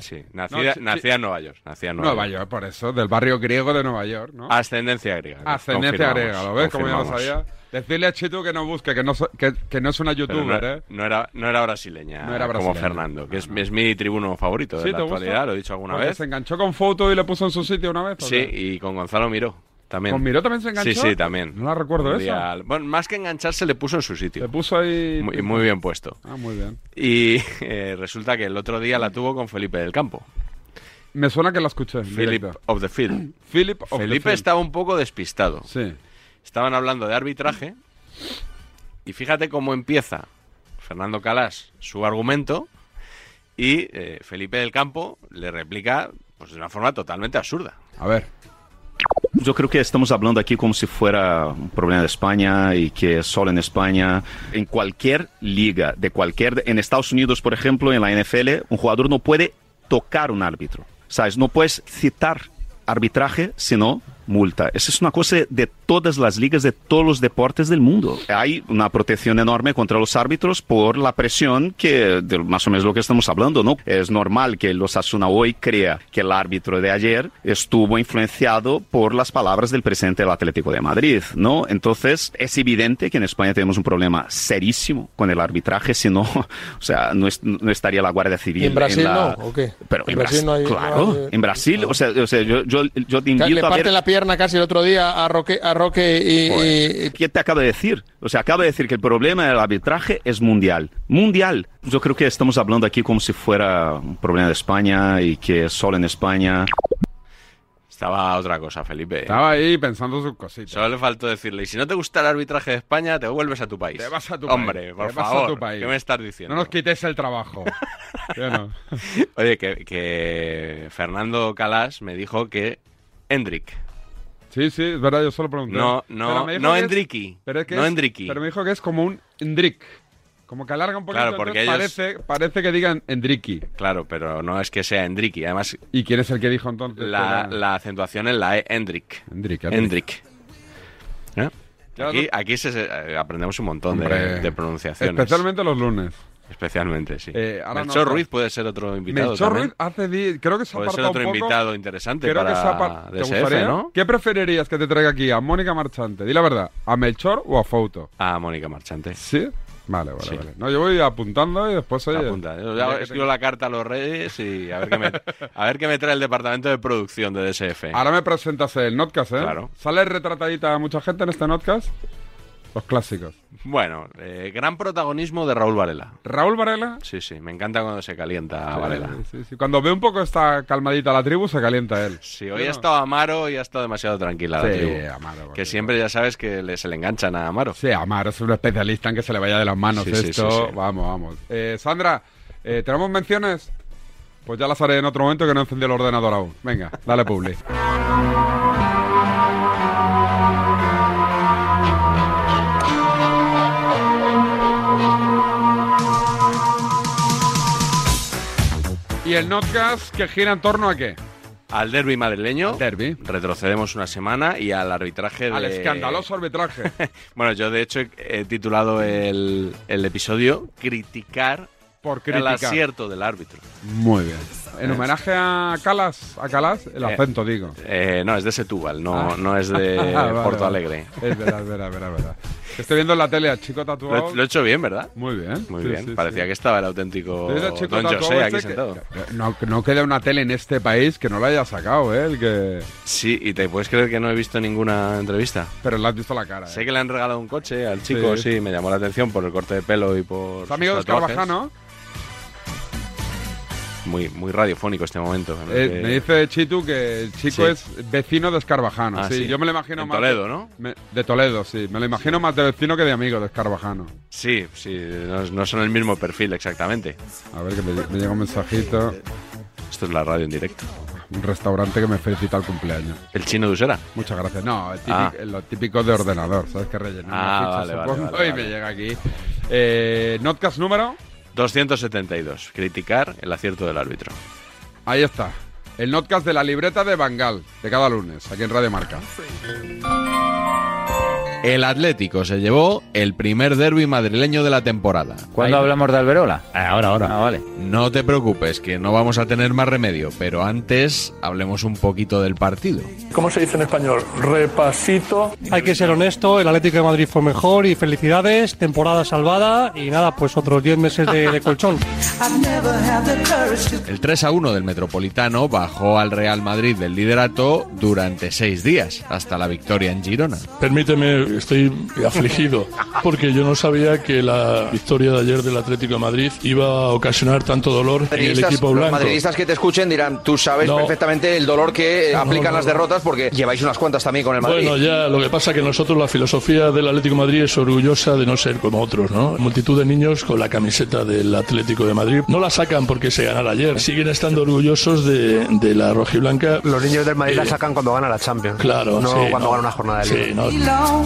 Speaker 2: Sí, nacida,
Speaker 1: sí,
Speaker 2: nacida en Nueva York. Nacida en Nueva,
Speaker 1: Nueva York, por eso, del barrio griego de Nueva York, ¿no?
Speaker 2: Ascendencia griega.
Speaker 1: Ascendencia
Speaker 2: confirmamos,
Speaker 1: griega, ¿lo ves? Como ya lo
Speaker 2: confirmamos.
Speaker 1: sabía. Decirle a Chitu que no busque, que no, so- que, que no es una
Speaker 2: Pero
Speaker 1: youtuber,
Speaker 2: no,
Speaker 1: ¿eh?
Speaker 2: no era, no era brasileña,
Speaker 1: No era
Speaker 2: como
Speaker 1: brasileña. Ah,
Speaker 2: Fernando, que es, es mi tribuno favorito de
Speaker 1: ¿Sí,
Speaker 2: la
Speaker 1: te gusta?
Speaker 2: actualidad, lo he dicho alguna
Speaker 1: Porque
Speaker 2: vez.
Speaker 1: Se enganchó con foto y le puso en su sitio una vez. ¿o
Speaker 2: Sí,
Speaker 1: qué?
Speaker 2: y con Gonzalo Miró. También.
Speaker 1: ¿Con Miró también se enganchó?
Speaker 2: Sí, sí, también.
Speaker 1: No la recuerdo
Speaker 2: Un
Speaker 1: esa.
Speaker 2: día al- Bueno, más que engancharse, le puso en su sitio. Le
Speaker 1: puso ahí...
Speaker 2: Muy, muy bien puesto.
Speaker 1: Ah, muy bien.
Speaker 2: Y eh, resulta que el otro día la tuvo con Felipe del Campo.
Speaker 1: Me suena que la escuché. en
Speaker 2: Philip
Speaker 1: directo.
Speaker 2: of the Field.
Speaker 1: Philip of the
Speaker 2: Felipe
Speaker 1: Field.
Speaker 2: estaba un poco despistado.
Speaker 1: Sí.
Speaker 2: Estaban hablando de arbitraje. Y fíjate cómo empieza Fernando Calas su argumento. Y eh, Felipe del Campo le replica pues, de una forma totalmente absurda.
Speaker 1: A ver.
Speaker 17: Yo creo que estamos hablando aquí como si fuera un problema de España y que solo en España, en cualquier liga, de cualquier, en Estados Unidos, por ejemplo, en la NFL, un jugador no puede tocar un árbitro. ¿Sabes? No puedes citar arbitraje, sino multa. Esa es una cosa de todas las ligas, de todos los deportes del mundo. Hay una protección enorme contra los árbitros por la presión que, de más o menos lo que estamos hablando, ¿no? Es normal que los Asuna hoy crea que el árbitro de ayer estuvo influenciado por las palabras del presidente del Atlético de Madrid, ¿no? Entonces, es evidente que en España tenemos un problema serísimo con el arbitraje, si no, o sea, no, es- no estaría la Guardia Civil.
Speaker 18: ¿Y en Brasil
Speaker 17: la-
Speaker 18: no? ¿O qué?
Speaker 17: Pero en,
Speaker 18: En Brasil
Speaker 17: Brasil,
Speaker 18: no hay- no
Speaker 17: claro,
Speaker 18: hay-
Speaker 17: en Brasil, o sea, o sea, yo, yo, yo te
Speaker 18: Le
Speaker 17: invito a
Speaker 18: parte
Speaker 17: ver...
Speaker 18: la pierna casi el otro día a Roque, a Roque
Speaker 19: Eh,
Speaker 18: y- y,
Speaker 17: Pues, ¿Qué te acaba de decir? O sea, acaba de decir que el problema del arbitraje es mundial. Mundial. Yo creo que estamos hablando aquí como si fuera un problema de España y que solo en España.
Speaker 2: Estaba otra cosa, Felipe.
Speaker 1: Estaba ahí pensando sus cositas.
Speaker 2: Solo le faltó decirle, y si no te gusta el arbitraje de España, te vuelves a tu país.
Speaker 1: Te vas a tu
Speaker 2: Hombre,
Speaker 1: país.
Speaker 2: por
Speaker 1: Te vas a
Speaker 2: favor,
Speaker 1: tu país.
Speaker 2: ¿qué me estás diciendo?
Speaker 1: No nos quites el trabajo. Ya no.
Speaker 2: Oye, que, que Fernando Calas me dijo que Hendrik.
Speaker 1: Sí, sí, es verdad, yo solo pregunté.
Speaker 2: No, no,
Speaker 1: Pero me dijo
Speaker 2: no
Speaker 1: que es-
Speaker 2: Endriki,
Speaker 1: pero es que
Speaker 2: no
Speaker 1: es-
Speaker 2: Endriki.
Speaker 1: Pero me dijo que es como un Endrick. Como que alarga un poquito.
Speaker 2: Claro, porque
Speaker 1: entonces
Speaker 2: ellos-
Speaker 1: parece, parece que digan Endriki.
Speaker 2: Claro, pero no es que sea Hendriki. Además,
Speaker 1: ¿Y quién es el que dijo entonces?
Speaker 2: la,
Speaker 1: que era-
Speaker 2: la acentuación en la E, Hendrik.
Speaker 1: Hendrik,
Speaker 2: Hendrik. ¿Eh?
Speaker 1: Claro,
Speaker 2: Aquí, aquí se- se- eh, aprendemos un montón de,
Speaker 1: Hombre.
Speaker 2: de pronunciaciones.
Speaker 1: Especialmente los lunes.
Speaker 2: Especialmente, sí.
Speaker 1: Eh, ahora no-
Speaker 2: Melchor Ruiz puede ser otro invitado
Speaker 1: Melchor
Speaker 2: también.
Speaker 1: Ruiz hace di- creo que se ha
Speaker 2: Puede ser
Speaker 1: apartado
Speaker 2: otro
Speaker 1: un poco.
Speaker 2: invitado interesante
Speaker 1: Creo que
Speaker 2: para
Speaker 1: se ha apar-
Speaker 2: DSF,
Speaker 1: ¿Te gustaría?
Speaker 2: ¿no?
Speaker 1: ¿Qué preferirías que te traiga aquí? ¿A Mónica Marchante? Di la verdad, ¿a Melchor o a Fouto?
Speaker 2: A Mónica Marchante.
Speaker 1: ¿Sí? Vale, vale,
Speaker 2: Sí.
Speaker 1: vale. No, yo voy apuntando y después... oye,
Speaker 2: Apunta. Yo
Speaker 1: ya
Speaker 2: ya
Speaker 1: que
Speaker 2: escribo la carta a los reyes y a ver qué me, a ver qué me trae el departamento de producción de DSF.
Speaker 1: te- Ahora me presentas el Notcast, ¿eh?
Speaker 2: Claro.
Speaker 1: ¿Sale retratadita a mucha gente en este Notcast? Los clásicos.
Speaker 2: Bueno, eh, gran protagonismo de Raúl Varela.
Speaker 1: ¿Raúl Varela?
Speaker 2: Sí, sí, me encanta cuando se calienta Varela.
Speaker 1: Sí, sí. Cuando ve un poco esta calmadita la tribu, se calienta él.
Speaker 2: Sí, hoy ha estado Amaro y ha estado demasiado tranquila la
Speaker 1: Sí,
Speaker 2: tribu. que siempre ya sabes que le- se le enganchan a Amaro.
Speaker 1: Sí, Amaro es un especialista en que se le vaya de las manos
Speaker 2: Sí, sí,
Speaker 1: esto.
Speaker 2: sí, sí.
Speaker 1: Vamos, vamos. Eh, Sandra, eh, ¿tenemos menciones? Pues ya las haré en otro momento que no encendió el ordenador aún. Venga, dale publi. ¿Y el Notcast que gira en torno a qué?
Speaker 2: Al derby madrileño. Retrocedemos una semana y al arbitraje
Speaker 1: Al
Speaker 2: de-
Speaker 1: escandaloso arbitraje.
Speaker 2: Bueno, yo de hecho he he titulado el, el episodio Criticar,
Speaker 1: Por
Speaker 2: el
Speaker 1: criticar.
Speaker 2: acierto del árbitro.
Speaker 1: Muy bien. En homenaje a Calas, a Calas, el
Speaker 2: Eh,
Speaker 1: acento, digo.
Speaker 2: Eh, no, es de Setúbal, no,
Speaker 1: Ah.
Speaker 2: no es de
Speaker 1: Vale,
Speaker 2: Porto
Speaker 1: vale.
Speaker 2: Alegre.
Speaker 1: Es verdad, es verdad, es verdad, es verdad. Estoy viendo en la tele al chico tatuado.
Speaker 2: Lo, lo he hecho bien, ¿verdad?
Speaker 1: Muy bien.
Speaker 2: Muy
Speaker 1: Sí,
Speaker 2: bien.
Speaker 1: sí,
Speaker 2: Parecía que estaba el auténtico
Speaker 1: Estoy viendo al chico
Speaker 2: Don
Speaker 1: tatuado
Speaker 2: José aquí
Speaker 1: este que-
Speaker 2: sentado.
Speaker 1: No, no queda una tele en este país que no la haya sacado, ¿eh? El que...
Speaker 2: Sí, y te puedes creer que no he visto ninguna entrevista.
Speaker 1: Pero le has visto la cara. ¿eh?
Speaker 2: Sé que le han regalado un coche al chico,
Speaker 1: Sí.
Speaker 2: sí, me llamó la atención por el corte de pelo y por.
Speaker 1: Es
Speaker 2: sus
Speaker 1: amigo de Oscar
Speaker 2: tatuajes.
Speaker 1: Bajano.
Speaker 2: Muy, muy radiofónico este momento. en el
Speaker 1: Eh,
Speaker 2: que-
Speaker 1: me dice Chitu que el chico
Speaker 2: Sí.
Speaker 1: es vecino de Escarbajano.
Speaker 2: Ah,
Speaker 1: sí,
Speaker 2: sí.
Speaker 1: yo me lo imagino
Speaker 2: En
Speaker 1: más.
Speaker 2: Toledo, ¿no?
Speaker 1: me- de Toledo, sí. Me lo imagino más de vecino que de amigo de Escarbajano.
Speaker 2: Sí, sí, no, no son el mismo perfil exactamente.
Speaker 1: A ver, que me, me llega un mensajito.
Speaker 2: Esto es la radio en directo.
Speaker 1: Un restaurante que me felicita el cumpleaños.
Speaker 2: ¿El chino de Usera?
Speaker 1: Muchas gracias. No, el típico-
Speaker 2: Ah.
Speaker 1: lo típico de ordenador, ¿sabes? Que rellenar una
Speaker 2: Ah,
Speaker 1: ficha,
Speaker 2: vale, vale,
Speaker 1: supongo,
Speaker 2: vale,
Speaker 1: y me llega aquí. Eh, Notcast número,
Speaker 2: 272. Criticar el acierto del árbitro.
Speaker 1: ahí está. El Notcast de la libreta de Bangal, de cada lunes, aquí en Radio Marca.
Speaker 2: El Atlético se llevó el primer derby madrileño de la temporada. Eh,
Speaker 14: ¿Cuándo hablamos de Alberola? Ah,
Speaker 2: Ahora, ahora. No te preocupes, que no vamos a tener más remedio, pero antes hablemos un poquito del partido.
Speaker 7: ¿Cómo se dice en español? Repasito.
Speaker 20: Hay que ser honesto, el Atlético de Madrid fue mejor y felicidades, temporada salvada y nada, pues otros 10 meses de, de colchón.
Speaker 2: El 3 a 1 del Metropolitano bajó al Real Madrid del liderato durante seis días, hasta la victoria en Girona.
Speaker 7: Permíteme, estoy afligido, porque yo no sabía que la victoria de ayer del Atlético de Madrid iba a ocasionar tanto dolor en el
Speaker 11: Madridistas-
Speaker 7: equipo
Speaker 11: los
Speaker 7: blanco.
Speaker 11: madridistas que te escuchen dirán, tú sabes
Speaker 7: No.
Speaker 11: perfectamente el dolor que eh,
Speaker 7: No,
Speaker 11: aplican
Speaker 7: no,
Speaker 11: las
Speaker 7: no.
Speaker 11: derrotas porque lleváis unas cuantas también con el Madrid.
Speaker 7: Bueno, ya, lo que pasa que nosotros la filosofía del Atlético de Madrid es orgullosa de no ser como otros, ¿no? Multitud de niños con la camiseta del Atlético de Madrid no la sacan porque se ganara ayer, siguen estando orgullosos de, de la rojiblanca.
Speaker 1: Los niños del Madrid la
Speaker 7: Eh,
Speaker 1: sacan cuando gana la Champions.
Speaker 7: Claro,
Speaker 1: No
Speaker 7: sí,
Speaker 1: cuando
Speaker 7: no.
Speaker 1: gana una jornada de
Speaker 7: Sí,
Speaker 1: liga.
Speaker 7: no.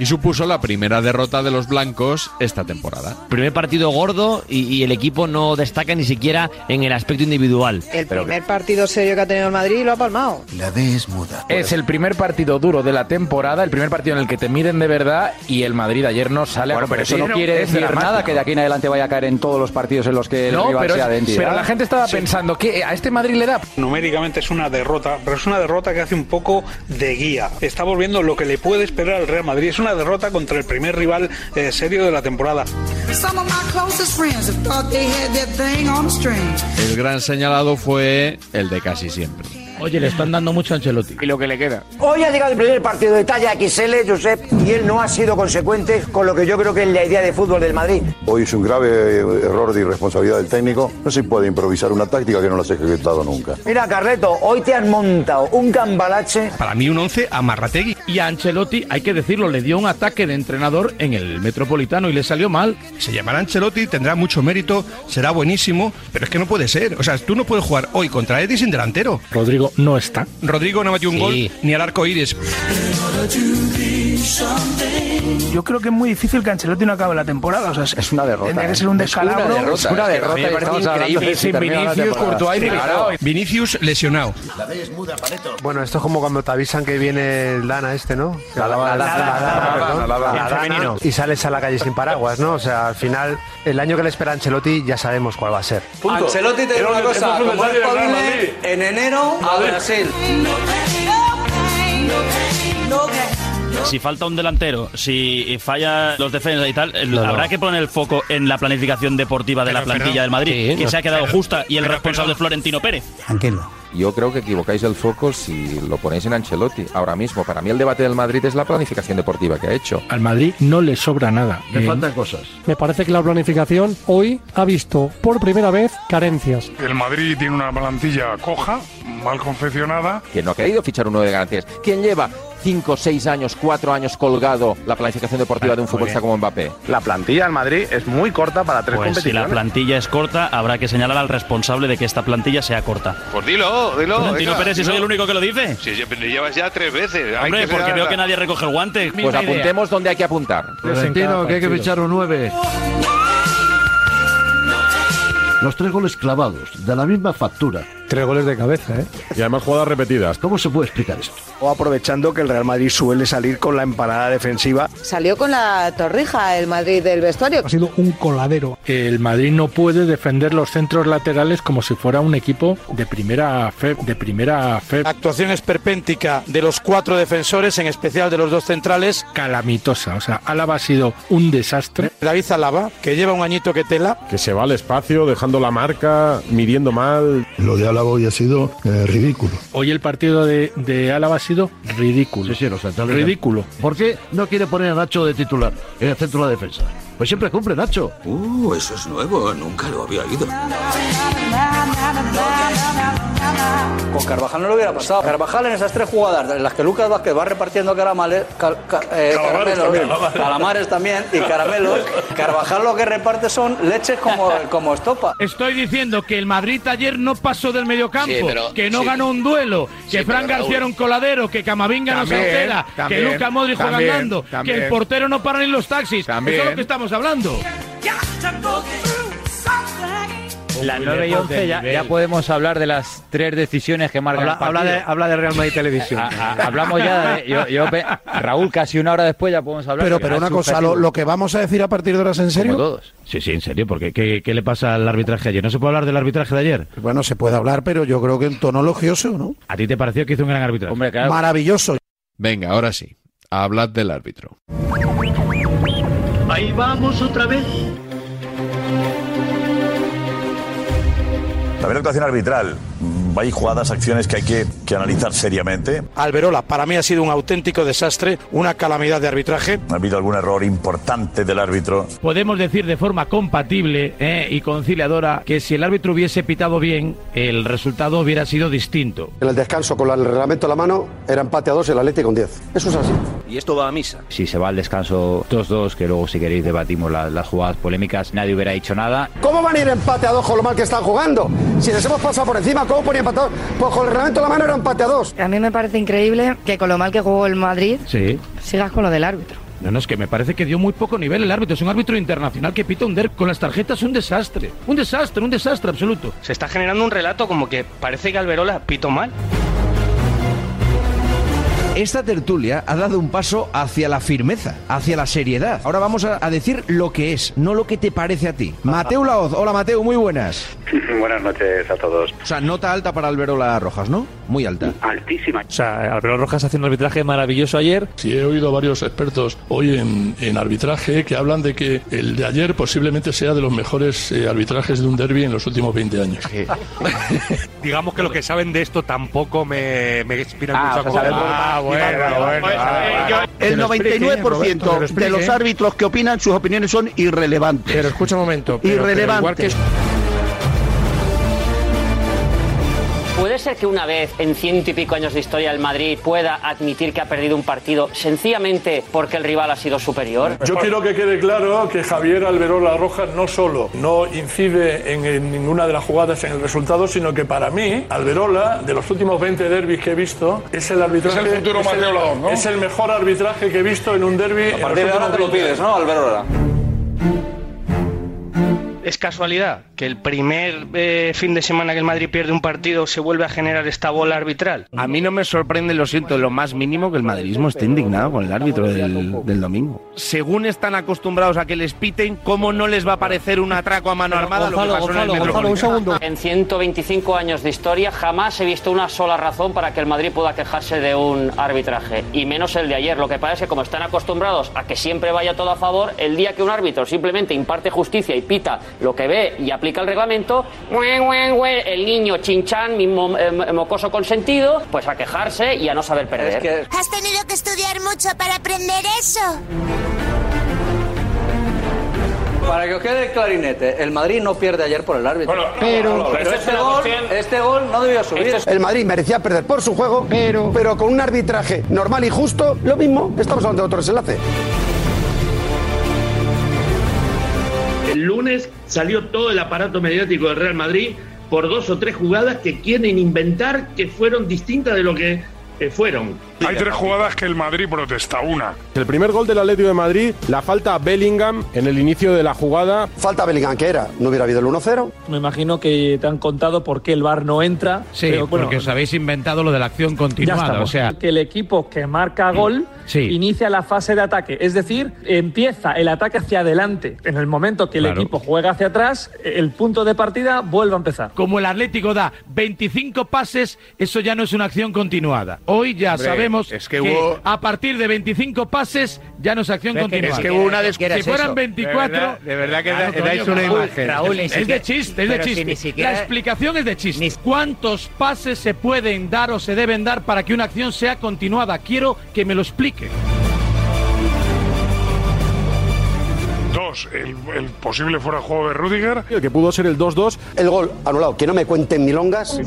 Speaker 2: Y supuso la primera derrota de los blancos esta temporada.
Speaker 21: Primer partido gordo y, y el equipo no destaca ni siquiera en el aspecto individual.
Speaker 22: El primer partido serio que ha tenido el Madrid lo ha palmado.
Speaker 21: La D es muda.
Speaker 14: Es el primer partido duro de la temporada, el primer partido en el que te miden de verdad y el Madrid ayer no sale a
Speaker 1: Bueno, pero
Speaker 14: competir.
Speaker 1: eso no quiere
Speaker 14: Es
Speaker 1: decir
Speaker 14: dramático.
Speaker 1: nada que de aquí en adelante vaya a caer en todos los partidos en los que el
Speaker 14: No,
Speaker 1: rival
Speaker 14: pero,
Speaker 1: sea
Speaker 14: es-
Speaker 1: de entidad.
Speaker 14: pero la gente estaba pensando que a este Madrid le da.
Speaker 23: Numéricamente es una derrota, pero es una derrota que hace un poco de guía. Está volviendo lo que le puede esperar al Real Madrid. Es una derrota contra el primer rival eh, serio de la temporada.
Speaker 22: Some of my closest friends have thought they had that thing on a string.
Speaker 2: El gran señalado fue Eh, el de casi siempre.
Speaker 4: Oye, le están dando mucho a Ancelotti.
Speaker 2: Y lo que le queda.
Speaker 24: Hoy ha llegado el primer partido de talla XL, Josep, y él no ha sido consecuente con lo que yo creo que es la idea de fútbol del Madrid.
Speaker 25: Hoy es un grave eh, error de irresponsabilidad del técnico. No se puede improvisar una táctica que no la has ejecutado nunca.
Speaker 24: Mira, Carleto, hoy te han montado un cambalache.
Speaker 4: Para mí un 11 a Marrategui. Y a Ancelotti, hay que decirlo, le dio un ataque de entrenador en el Metropolitano y le salió mal.
Speaker 9: Se llamará Ancelotti, tendrá mucho mérito, será buenísimo, pero es que no puede ser. O sea, tú no puedes jugar hoy contra Edi sin delantero.
Speaker 4: Rodrigo no está.
Speaker 9: Rodrigo no metió un
Speaker 4: Sí.
Speaker 9: gol ni al arco iris.
Speaker 26: Yo creo que es muy difícil que Ancelotti no acabe la temporada. O sea, es una derrota. Tendría que ser un descalabro.
Speaker 1: ¿eh? Es una derrota. y estamos hablando de si termina la temporada. Claro.
Speaker 9: Vinicius lesionado.
Speaker 1: Bueno, esto es como cuando te avisan que viene el Dana este, ¿no? Que La dama-
Speaker 9: la-
Speaker 1: la- la-
Speaker 9: la-
Speaker 1: la-
Speaker 9: la-
Speaker 1: Ah, perdón.
Speaker 9: la- la-
Speaker 1: La
Speaker 9: la-
Speaker 1: Dana,
Speaker 9: femenino.
Speaker 1: Y sales a la calle sin paraguas, ¿no? O sea, al final, el año que le espera a Ancelotti ya sabemos cuál va a ser.
Speaker 7: Ancelotti te digo una cosa, como es posible, en enero a Brasil.
Speaker 15: Si falta un delantero, si falla los defensas y tal, el-
Speaker 9: No, no.
Speaker 15: habrá que poner el foco en la planificación deportiva de la
Speaker 9: Pero, Fernando,
Speaker 15: plantilla del Madrid,
Speaker 9: sí,
Speaker 15: que
Speaker 9: no.
Speaker 15: se ha quedado
Speaker 9: Pero,
Speaker 15: justa y el responsable es Florentino Pérez.
Speaker 1: Tranquilo. Yo creo que equivocáis el foco si lo ponéis en Ancelotti ahora mismo. Para mí el debate del Madrid es la planificación deportiva que ha hecho.
Speaker 4: Al Madrid no le sobra nada.
Speaker 1: Le
Speaker 4: falta
Speaker 1: faltan cosas.
Speaker 20: Me parece que la planificación hoy ha visto por primera vez carencias.
Speaker 21: El Madrid tiene una plantilla coja, mal confeccionada.
Speaker 1: Que no ha querido fichar uno de garantías. ¿Quién lleva 5, 6 años, 4 años colgado la planificación deportiva de un futbolista como Mbappé?
Speaker 14: La plantilla del Madrid es muy corta para tres
Speaker 15: Pues si la plantilla es corta, habrá que señalar al responsable de que esta plantilla sea corta.
Speaker 14: Pues dilo, dilo.
Speaker 15: Florentino
Speaker 14: venga,
Speaker 15: Pérez, si soy
Speaker 14: dilo.
Speaker 15: el único que lo dice.
Speaker 14: Sí, sí, pero llevas ya tres veces. hay
Speaker 15: Hombre,
Speaker 14: que
Speaker 15: porque
Speaker 14: ser-
Speaker 15: veo que nadie recoge el guante.
Speaker 1: Pues apuntemos donde hay que apuntar.
Speaker 4: Florentino, que hay que fichar
Speaker 1: un 9.
Speaker 22: Los tres goles clavados, de la misma factura. Tres goles de cabeza, ¿eh? Y además jugadas repetidas. ¿Cómo se puede explicar esto?
Speaker 1: O aprovechando que el Real Madrid suele salir con la empanada defensiva.
Speaker 22: Salió con la torrija el Madrid del vestuario.
Speaker 4: Ha sido un coladero. El Madrid no puede defender los centros laterales como si fuera un equipo de primera fe, de primera fe.
Speaker 14: Actuación esperpéntica de los cuatro defensores, en especial de los dos centrales.
Speaker 4: Calamitosa, o sea, Álava ha sido un desastre.
Speaker 14: David Alaba, que lleva un añito que tela.
Speaker 22: Que se va al espacio, dejando la marca, midiendo mal.
Speaker 21: Lo de Álava hoy ha sido eh, ridículo.
Speaker 4: Hoy el partido de, de Álava ha sido ridículo. ridículo.
Speaker 22: ¿Por qué no quiere poner a Nacho de titular en el centro de la defensa? Pues siempre cumple Nacho.
Speaker 4: Uh, eso es nuevo, nunca lo había oído.
Speaker 14: Con Carvajal no lo hubiera pasado. Carvajal en esas tres jugadas, en las que Lucas Vázquez va repartiendo caramales, cal- ca- eh,
Speaker 9: Calamares
Speaker 14: caramelos,
Speaker 9: también.
Speaker 14: calamares también y caramelos, Carvajal lo que reparte son leches como, como estopa.
Speaker 4: Estoy diciendo que el Madrid ayer no pasó del mediocampo,
Speaker 14: Sí, pero-
Speaker 4: que no
Speaker 14: sí.
Speaker 4: ganó un duelo,
Speaker 14: Sí,
Speaker 4: que
Speaker 14: pero,
Speaker 4: Fran García
Speaker 14: Raúl.
Speaker 4: era un coladero, que Camavinga no se
Speaker 14: También,
Speaker 4: entera, que
Speaker 14: también,
Speaker 4: Luca Modric juega
Speaker 14: también,
Speaker 4: andando,
Speaker 14: también.
Speaker 4: que el portero no para ni los taxis. Eso
Speaker 14: También.
Speaker 4: es lo que estamos hablando.
Speaker 14: Las 9 y 11 ya, ya podemos hablar de las tres decisiones que marcan
Speaker 4: Habla,
Speaker 14: el partido.
Speaker 4: habla de, habla de Real Madrid Televisión.
Speaker 14: A- a- hablamos ya de, yo- yo pe- Raúl, casi una hora después ya podemos hablar.
Speaker 4: Pero, pero una cosa, lo, lo que vamos a decir a partir de ahora es en serio. Sí, sí, en serio, porque ¿qué, le pasa al arbitraje ayer? ¿No se puede hablar del arbitraje de ayer? Bueno, se puede hablar, pero yo creo que en tono elogioso, ¿no?
Speaker 27: ¿A ti te pareció que hizo un gran árbitro?
Speaker 14: Hombre,
Speaker 4: Maravilloso.
Speaker 27: Venga, ahora sí. Hablad del árbitro.
Speaker 28: Ahí vamos otra vez.
Speaker 29: También la actuación arbitral. Mm, Hay jugadas, acciones que hay que, que analizar seriamente.
Speaker 4: Alberola, para mí ha sido un auténtico desastre, una calamidad de arbitraje.
Speaker 29: Ha habido algún error importante del árbitro.
Speaker 4: Podemos decir de forma compatible
Speaker 14: eh,
Speaker 4: y conciliadora que si el árbitro hubiese pitado bien, el resultado hubiera sido distinto.
Speaker 17: En el descanso con el reglamento en la mano era empate a dos el Atlético con 10. Eso es así.
Speaker 29: Y esto va a misa.
Speaker 14: Si se va al descanso 2-2, que luego si queréis debatimos las jugadas polémicas, nadie hubiera dicho nada.
Speaker 17: ¿Cómo van a ir empate a dos con lo mal que están jugando? Si les hemos pasado por encima, ¿cómo ponía empate a dos? Pues con el reglamento en la mano era empate a dos.
Speaker 30: A mí me parece increíble que con lo mal que jugó el Madrid
Speaker 4: Sí.
Speaker 30: sigas con lo del árbitro.
Speaker 4: No, no, es que me parece que dio muy poco nivel el árbitro. Es un árbitro internacional que pita un der con las tarjetas, un desastre. Un desastre, un desastre absoluto.
Speaker 31: Se está generando un relato como que parece que Alberola pito mal.
Speaker 32: Esta tertulia ha dado un paso hacia la firmeza, hacia la seriedad. Ahora vamos a, a decir lo que es, no lo que te parece a ti. Mateu Laoz, hola Mateu, muy buenas.
Speaker 2: Buenas noches a todos.
Speaker 32: O sea, nota alta para Alberola Rojas, ¿no? Muy alta.
Speaker 2: Altísima.
Speaker 4: O sea, Alberto Rojas haciendo un arbitraje maravilloso ayer.
Speaker 33: Sí, he oído a varios expertos hoy en, en arbitraje que hablan de que el de ayer posiblemente sea de los mejores eh, arbitrajes de un derby en los últimos 20 años.
Speaker 25: Digamos que lo que saben de esto tampoco me, me inspira
Speaker 33: Ah,
Speaker 25: mucho
Speaker 33: o sea, sabemos-
Speaker 25: Ah, bueno, bueno.
Speaker 4: Que
Speaker 25: El
Speaker 4: lo explique,
Speaker 25: 99%
Speaker 4: Roberto, que lo explique.
Speaker 28: de los árbitros que opinan, sus opiniones son irrelevantes.
Speaker 4: Pero escucha un momento.
Speaker 28: Irrelevante.
Speaker 12: ¿Puede ser que una vez en ciento y pico años de historia el Madrid pueda admitir que ha perdido un partido sencillamente porque el rival ha sido superior?
Speaker 7: Yo quiero que quede claro que Javier Alberola Rojas no solo no incide en, en ninguna de las jugadas en el resultado, sino que para mí, Alberola, de los últimos 20 derbis que he visto, es el arbitraje.
Speaker 34: Es el futuro Mateo Laoz, ¿no?
Speaker 7: es el mejor arbitraje que he visto en un derbi.
Speaker 34: A partir de ahora te lo pides, ¿no, Alberola?
Speaker 25: ¿Es casualidad que el primer eh, fin de semana que el Madrid pierde un partido se vuelve a generar esta bola arbitral?
Speaker 4: A mí no me sorprende, lo siento, lo más mínimo que el madridismo esté indignado con el árbitro del, del domingo. Según están acostumbrados a que les piten, ¿cómo no les va a parecer un atraco a mano armada lo que pasó en el Metropolitano?
Speaker 12: En 125 años de historia jamás he visto una sola razón para que el Madrid pueda quejarse de un arbitraje, y menos el de ayer. Lo que pasa es que como están acostumbrados a que siempre vaya todo a favor, el día que un árbitro simplemente imparte justicia y pita lo que ve y aplica el reglamento, ¡mue, mue, mue! el niño chinchán, mi mo- eh, mocoso consentido, pues a quejarse y a no saber perder.
Speaker 7: ¿Has tenido que estudiar mucho para aprender eso?
Speaker 35: Para que os quede clarinete, el Madrid no pierde ayer por el árbitro.
Speaker 17: Pero-
Speaker 35: Pero este, gol, este gol no debió subir.
Speaker 17: El Madrid merecía perder por su juego, pero, pero con un arbitraje normal y justo, lo mismo, estamos hablando de otro desenlace.
Speaker 36: El lunes salió todo el aparato mediático del Real Madrid por dos o tres jugadas que quieren inventar que fueron distintas de lo que eh, fueron. Hay tres jugadas que el Madrid protesta. Una.
Speaker 15: El primer gol del Atlético de Madrid, la falta a Bellingham en el inicio de la jugada.
Speaker 17: Falta Bellingham, que era, no hubiera habido el 1-0.
Speaker 4: Me imagino que te han contado por qué el bar no entra. Sí, porque os habéis inventado lo de la acción continuada. O sea,
Speaker 15: que el equipo que marca gol
Speaker 4: Sí.
Speaker 15: inicia la fase de ataque, es decir, empieza el ataque hacia adelante. En el momento que el
Speaker 4: Claro.
Speaker 15: equipo juega hacia atrás, el punto de partida vuelve a empezar. Como el Atlético da 25 pases, eso ya no es una acción continuada. Hoy ya
Speaker 4: Hombre, sabemos es que que hubo-
Speaker 15: a partir de 25 pases ya no es acción
Speaker 4: continuada. Si fueran 24,
Speaker 15: De verdad, de verdad que
Speaker 4: Claro,
Speaker 15: da-
Speaker 4: coño,
Speaker 15: dais una
Speaker 4: Raúl,
Speaker 15: imagen.
Speaker 4: Raúl, ni
Speaker 15: es
Speaker 4: siquiera-
Speaker 15: de chiste, es de
Speaker 4: pero si
Speaker 15: chiste.
Speaker 4: ni siquiera-
Speaker 15: La explicación es de chiste. ¿Cuántos pases se pueden dar o se deben dar para que una acción sea continuada? Quiero que me lo explique.
Speaker 36: Dos, el, el posible fuera de juego de Rudiger.
Speaker 17: El que pudo ser el 2-2. El gol anulado, que no me cuenten milongas.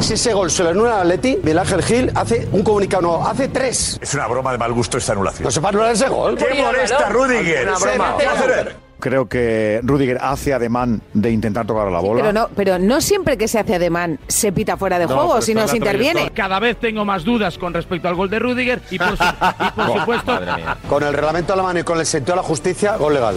Speaker 17: Si ese gol se lo anula al Atleti, Miguel Ángel Gil hace un comunicado, no, hace tres.
Speaker 29: Es una broma de mal gusto esta anulación.
Speaker 17: No se va a anular ese gol.
Speaker 29: ¡Qué molesta, Rudiger!
Speaker 17: Una
Speaker 29: Se
Speaker 17: broma.
Speaker 29: mete la-
Speaker 37: Creo que Rudiger hace ademán de intentar tocar la bola.
Speaker 22: Pero no, pero no siempre que se hace ademán se pita fuera de juego, sino se interviene.
Speaker 15: Cada vez tengo más dudas con respecto al gol de Rudiger y por, su- y por supuesto
Speaker 17: Con el reglamento a la mano y con el sentido de la justicia, gol legal.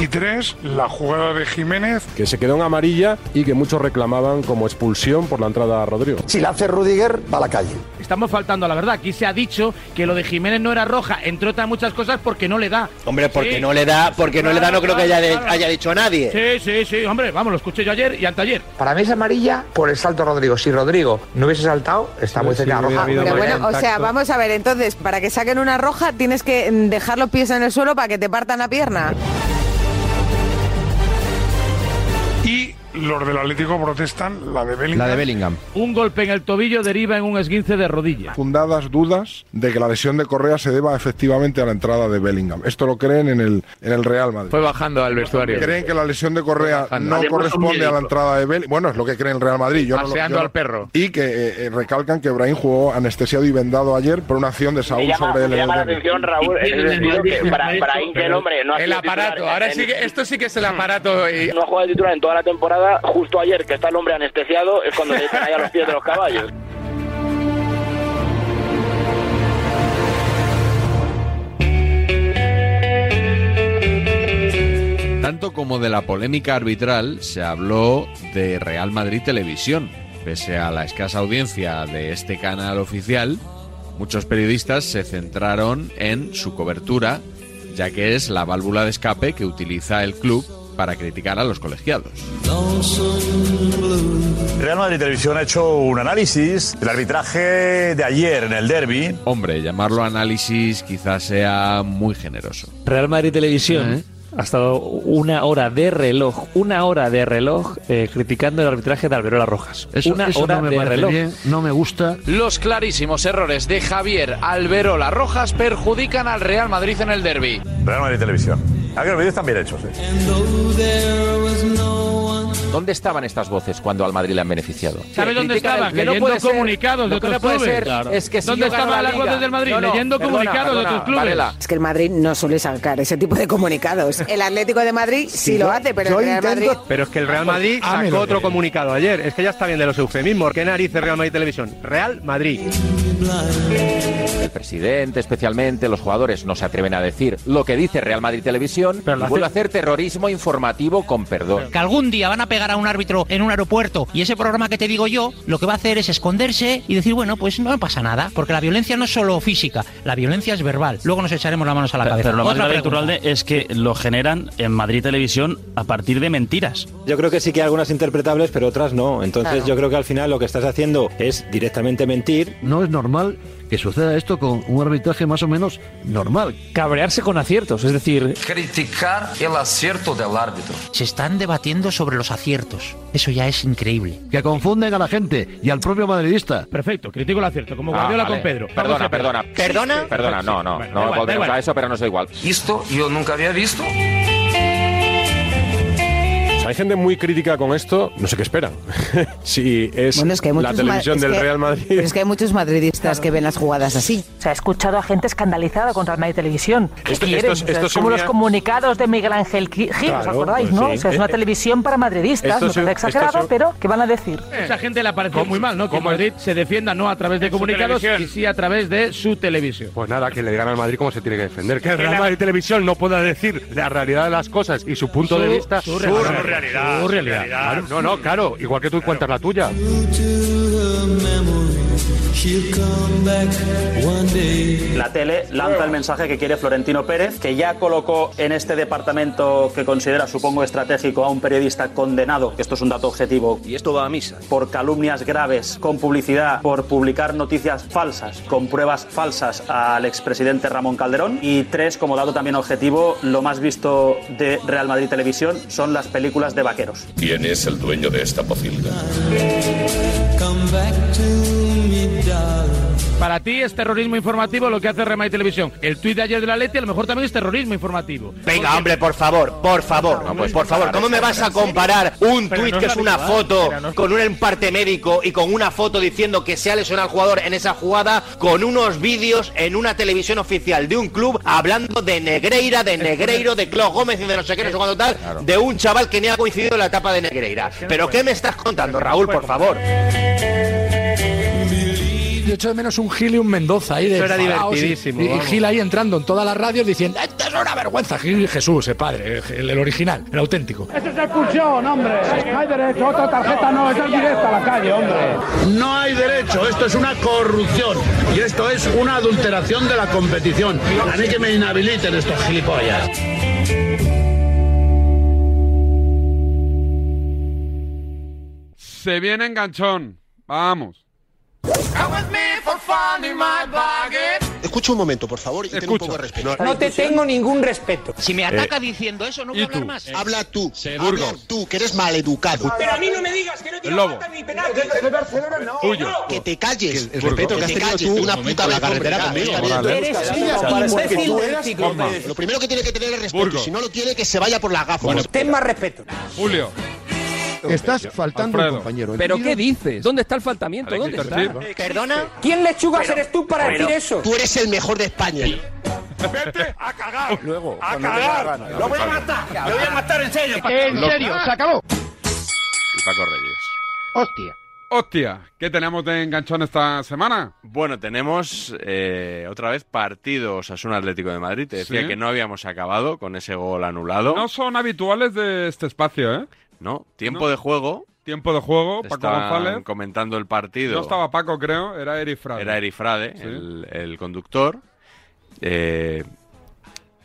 Speaker 38: Y tres, la jugada de Jiménez.
Speaker 25: Que se quedó en amarilla y que muchos reclamaban como expulsión por la entrada a Rodrigo.
Speaker 39: Si la hace Rudiger, va a la calle.
Speaker 4: Estamos faltando a la verdad. Aquí se ha dicho que lo de Jiménez no era roja, entre otras muchas cosas, porque no le da.
Speaker 14: Hombre, porque
Speaker 4: Sí.
Speaker 14: no le da, porque no le da, no creo que haya, de- haya dicho a nadie.
Speaker 4: Sí, sí, sí, hombre, vamos, lo escuché yo ayer y anteayer.
Speaker 40: Para mí es amarilla por el salto Rodrigo. Si Rodrigo no hubiese saltado, está muy cerca de roja.
Speaker 22: Pero bueno, o sea, vamos a ver, entonces, para que saquen una roja tienes que mm, dejar los pies en el suelo para que te partan la pierna.
Speaker 38: Y los del Atlético protestan la de Bellingham.
Speaker 41: La de Bellingham.
Speaker 4: Un golpe en el tobillo deriva en un esguince de rodilla.
Speaker 25: Fundadas dudas de que la lesión de Correa se deba efectivamente a la entrada de Bellingham. Esto lo creen en el, en el Real Madrid.
Speaker 2: Fue bajando al vestuario.
Speaker 25: Creen que la lesión de Correa
Speaker 2: Alejandro.
Speaker 25: no
Speaker 2: Además,
Speaker 25: corresponde
Speaker 2: un
Speaker 25: a la
Speaker 2: médico.
Speaker 25: entrada de Bellingham. Bueno, es lo que cree el Real Madrid. Yo no lo- yo
Speaker 2: Paseando
Speaker 25: no-
Speaker 2: al perro.
Speaker 25: Y que eh, eh, recalcan que Brahim jugó anestesiado y vendado ayer por una acción de Saúl
Speaker 42: Me llama,
Speaker 25: sobre el
Speaker 42: me llama la
Speaker 25: Eldenberg.
Speaker 42: atención, Raúl, en ese sentido, que para, para Inge el hombre no ha
Speaker 2: El
Speaker 42: sido
Speaker 2: aparato,
Speaker 42: titular
Speaker 2: ahora
Speaker 42: en-
Speaker 2: sí que- esto sí que es el aparato. y-
Speaker 42: No ha jugado de titular en toda la temporada, justo ayer que está el hombre anestesiado, es cuando le echan ahí a los pies de los caballos.
Speaker 2: Tanto como de la polémica arbitral, se habló de Real Madrid Televisión. Pese a la escasa audiencia de este canal oficial, muchos periodistas se centraron en su cobertura, ya que es la válvula de escape que utiliza el club para criticar a los colegiados.
Speaker 9: Real Madrid Televisión ha hecho un análisis del arbitraje de ayer en el derby.
Speaker 2: Hombre, llamarlo análisis quizás sea muy generoso.
Speaker 40: Real Madrid Televisión
Speaker 15: Eh.
Speaker 40: ha estado una hora de reloj, una hora de reloj eh, criticando el arbitraje de Alberola Rojas. una hora de reloj.
Speaker 43: no me gusta.
Speaker 44: Los clarísimos errores de Javier Alberola Rojas perjudican al Real Madrid en el derby.
Speaker 9: Real Madrid Televisión. Aunque los vídeos están bien hechos. ¿eh?
Speaker 19: ¿Dónde estaban estas voces cuando al Madrid le han beneficiado?
Speaker 4: ¿Sabes dónde
Speaker 19: Critican
Speaker 4: estaban?
Speaker 19: el- que no
Speaker 4: Leyendo
Speaker 19: puede ser-
Speaker 4: comunicados de
Speaker 19: lo que
Speaker 4: otros
Speaker 19: no puede
Speaker 4: clubes.
Speaker 19: ser
Speaker 4: Claro.
Speaker 19: es que si
Speaker 4: ¿Dónde
Speaker 19: yo gano
Speaker 4: estaban
Speaker 19: la
Speaker 4: las
Speaker 19: Liga-
Speaker 4: voces del Madrid?
Speaker 19: No, no,
Speaker 4: Leyendo
Speaker 19: perdona,
Speaker 4: comunicados de
Speaker 19: perdona,
Speaker 4: otros clubes.
Speaker 19: Varela.
Speaker 22: Es que el Madrid no suele sacar ese tipo de comunicados. El Atlético de Madrid sí,
Speaker 17: Sí,
Speaker 22: lo
Speaker 17: yo-
Speaker 22: hace, pero
Speaker 17: yo
Speaker 22: el Real
Speaker 17: intento-
Speaker 22: Madrid...
Speaker 17: Pero es que el Real Madrid
Speaker 4: pues,
Speaker 22: Ah, me
Speaker 17: sacó
Speaker 22: lo
Speaker 17: otro
Speaker 22: creo.
Speaker 17: comunicado ayer. Es que ya está bien de los eufemismos. ¿Qué narices Real Madrid Televisión? Real Madrid.
Speaker 19: El presidente, especialmente, los jugadores no se atreven a decir lo que dice Real Madrid Televisión y vuelve a hacer terrorismo informativo con perdón.
Speaker 17: Que algún día van a pegar a un árbitro en un aeropuerto y ese programa que te digo yo lo que va a hacer es esconderse y decir, bueno, pues no pasa nada, porque la violencia no es solo física, la violencia es verbal. Luego nos echaremos las manos a la cabeza.
Speaker 19: Pero lo más
Speaker 17: Otra
Speaker 19: grave,
Speaker 17: pregunta.
Speaker 19: Iturralde, es que lo generan en Madrid Televisión a partir de mentiras.
Speaker 26: Yo creo que sí que hay algunas interpretables, pero otras no. Entonces
Speaker 19: Claro.
Speaker 26: yo creo que al final lo que estás haciendo es directamente mentir.
Speaker 43: No es normal que suceda esto con un arbitraje más o menos normal. Cabrearse con aciertos, es decir...
Speaker 17: Criticar el acierto del árbitro.
Speaker 19: Se están debatiendo sobre los aciertos. Eso ya es increíble.
Speaker 43: Que confunden a la gente y al propio madridista.
Speaker 4: Perfecto, critico el acierto, como
Speaker 19: Ah,
Speaker 4: Guardiola
Speaker 19: vale.
Speaker 4: con Pedro. Vamos
Speaker 19: Perdona,
Speaker 4: a ver.
Speaker 19: perdona.
Speaker 4: ¿Perdona?
Speaker 19: Perdona, no, no. no
Speaker 17: Bueno, da igual, da
Speaker 19: volveremos
Speaker 17: igual.
Speaker 19: a eso, pero no soy igual.
Speaker 17: Esto yo nunca había visto.
Speaker 26: O sea, hay gente muy crítica con esto, no sé qué esperan. si es,
Speaker 22: Bueno, es que hay
Speaker 26: la
Speaker 22: muchos ma-
Speaker 26: televisión
Speaker 22: es
Speaker 26: del
Speaker 22: que-
Speaker 26: Real Madrid.
Speaker 22: pero es que hay muchos madridistas que ven las jugadas así.
Speaker 45: O sea, he escuchado a gente escandalizada contra el Madrid Televisión. ¿Qué
Speaker 26: Esto-
Speaker 45: quieren?
Speaker 26: esto-
Speaker 45: O sea,
Speaker 26: esto
Speaker 45: es como
Speaker 26: se
Speaker 45: los
Speaker 26: unía-
Speaker 45: comunicados de Miguel Ángel Gil, ¿os
Speaker 26: Claro,
Speaker 45: acordáis,
Speaker 26: pues
Speaker 45: no?
Speaker 26: sí.
Speaker 45: O sea, es una
Speaker 26: Eh,
Speaker 45: televisión para madridistas,
Speaker 26: esto
Speaker 45: me
Speaker 26: se-
Speaker 45: parece
Speaker 26: esto
Speaker 45: exagerado,
Speaker 26: se-
Speaker 45: pero ¿qué van a decir?
Speaker 4: Esa gente le ha parecido muy mal, ¿no? Que Madrid se defienda no a través de comunicados y sí a través de su televisión.
Speaker 26: Pues nada, que le digan al Madrid cómo se tiene que defender. Que el
Speaker 4: Que
Speaker 26: Real
Speaker 4: la-
Speaker 26: Madrid Televisión no pueda decir la realidad de las cosas y su punto
Speaker 17: Su-
Speaker 26: de vista.
Speaker 17: su realidad. Su realidad,
Speaker 26: Su
Speaker 17: su
Speaker 26: realidad.
Speaker 17: realidad.
Speaker 26: Claro, no, no, claro. Igual que tú cuentas la tuya.
Speaker 15: La tele lanza el mensaje que quiere Florentino Pérez, que ya colocó en este departamento que considera, supongo, estratégico a un periodista condenado, que esto es un dato objetivo, y esto va a misa, por calumnias graves, con publicidad, por publicar noticias falsas, con pruebas falsas al expresidente Ramón Calderón. Y tres, como dato también objetivo, lo más visto de Real Madrid Televisión son las películas de vaqueros.
Speaker 17: ¿Quién es el dueño de esta pocilga?
Speaker 4: Para ti es terrorismo informativo lo que hace Remay Televisión. El tuit de ayer de la Leti a lo mejor también es terrorismo informativo.
Speaker 14: Venga, hombre, por favor, por favor,
Speaker 4: pues,
Speaker 14: por favor. ¿Cómo me vas a comparar un
Speaker 4: Pero
Speaker 14: tuit
Speaker 4: no
Speaker 14: que
Speaker 4: es
Speaker 14: es una
Speaker 4: habitual,
Speaker 14: foto
Speaker 4: pero no es-
Speaker 14: con un parte médico y con una foto diciendo que se ha lesionado al jugador en esa jugada con unos vídeos en una televisión oficial de un club hablando de Negreira, de Negreiro, de Claude Gómez y de no sé qué, no sé cuándo tal, de un chaval que ni ha coincidido en la etapa de Negreira? ¿Pero qué me estás contando, Raúl, por favor?
Speaker 15: Yo echo de menos un Gil y un Mendoza ahí de
Speaker 17: Eso era
Speaker 15: paraos y-
Speaker 17: divertidísimo,
Speaker 15: Y, y
Speaker 17: vamos.
Speaker 15: Gil ahí entrando en todas las radios diciendo: Esto es es una vergüenza. Gil Jesús, el padre, eh, el, el original, el auténtico.
Speaker 7: Eso es expulsión, hombre. No hay derecho, otra tarjeta no, esa es directa a la calle, hombre.
Speaker 15: No hay derecho, esto es una corrupción y esto es una adulteración de la competición. A mí que me inhabiliten estos gilipollas.
Speaker 1: Se viene enganchón. Vamos.
Speaker 26: Escucha un momento, por favor, y ten un
Speaker 1: Escucho.
Speaker 26: poco de respeto.
Speaker 1: No te tengo
Speaker 26: ningún respeto.
Speaker 1: Si
Speaker 4: Eh,
Speaker 1: me
Speaker 14: Eh,
Speaker 1: ataca
Speaker 26: diciendo eso, no
Speaker 1: voy a ¿y hablar tú? más.
Speaker 26: Habla tú.
Speaker 1: Burgos.
Speaker 26: Habla tú, que eres maleducado.
Speaker 14: Pero a mí no me digas que no
Speaker 1: El lobo.
Speaker 26: Tuyo. Que te calles.
Speaker 14: El respeto que has tenido tú
Speaker 26: una
Speaker 14: momento
Speaker 26: puta ¿eh?
Speaker 14: de
Speaker 26: la carretera
Speaker 14: conmigo,
Speaker 26: conmigo.
Speaker 14: Morales. Eres un imbécil del ciclo.
Speaker 26: Lo primero que tiene que tener es respeto.
Speaker 1: Burgos.
Speaker 26: Si no lo tiene, que se vaya por las gafas.
Speaker 1: ten
Speaker 26: más respeto.
Speaker 1: Julio.
Speaker 26: Estás
Speaker 1: faltando Alfredo. un
Speaker 26: compañero.
Speaker 14: ¿Pero qué dices? ¿Dónde está el faltamiento? ¿Dónde está?
Speaker 26: ¿Perdona?
Speaker 14: ¿Quién lechugas eres tú para decir eso?
Speaker 26: Tú eres el mejor de España.
Speaker 15: Luego,
Speaker 26: a
Speaker 15: cuando
Speaker 26: cagar.
Speaker 15: te dé la gana.
Speaker 26: Lo voy a
Speaker 15: matar.
Speaker 26: lo voy a matar en serio.
Speaker 15: Eh, En serio, se acabó.
Speaker 1: Y Paco Reyes.
Speaker 14: Hostia.
Speaker 1: Hostia, ¿qué tenemos de enganchón esta semana?
Speaker 2: Bueno, tenemos eh, otra vez partido Osasuna Atlético de Madrid. Te decía
Speaker 1: Sí.
Speaker 2: que no habíamos acabado con ese gol anulado.
Speaker 1: No son habituales de este espacio, ¿eh?
Speaker 2: No, tiempo
Speaker 1: No.
Speaker 2: de juego.
Speaker 1: Tiempo de juego, Paco
Speaker 2: Estaban
Speaker 1: González.
Speaker 2: comentando el partido.
Speaker 1: No estaba Paco, creo, era Eri Frade.
Speaker 2: Era Erifrade,
Speaker 1: Sí.
Speaker 2: el, el conductor. Eh,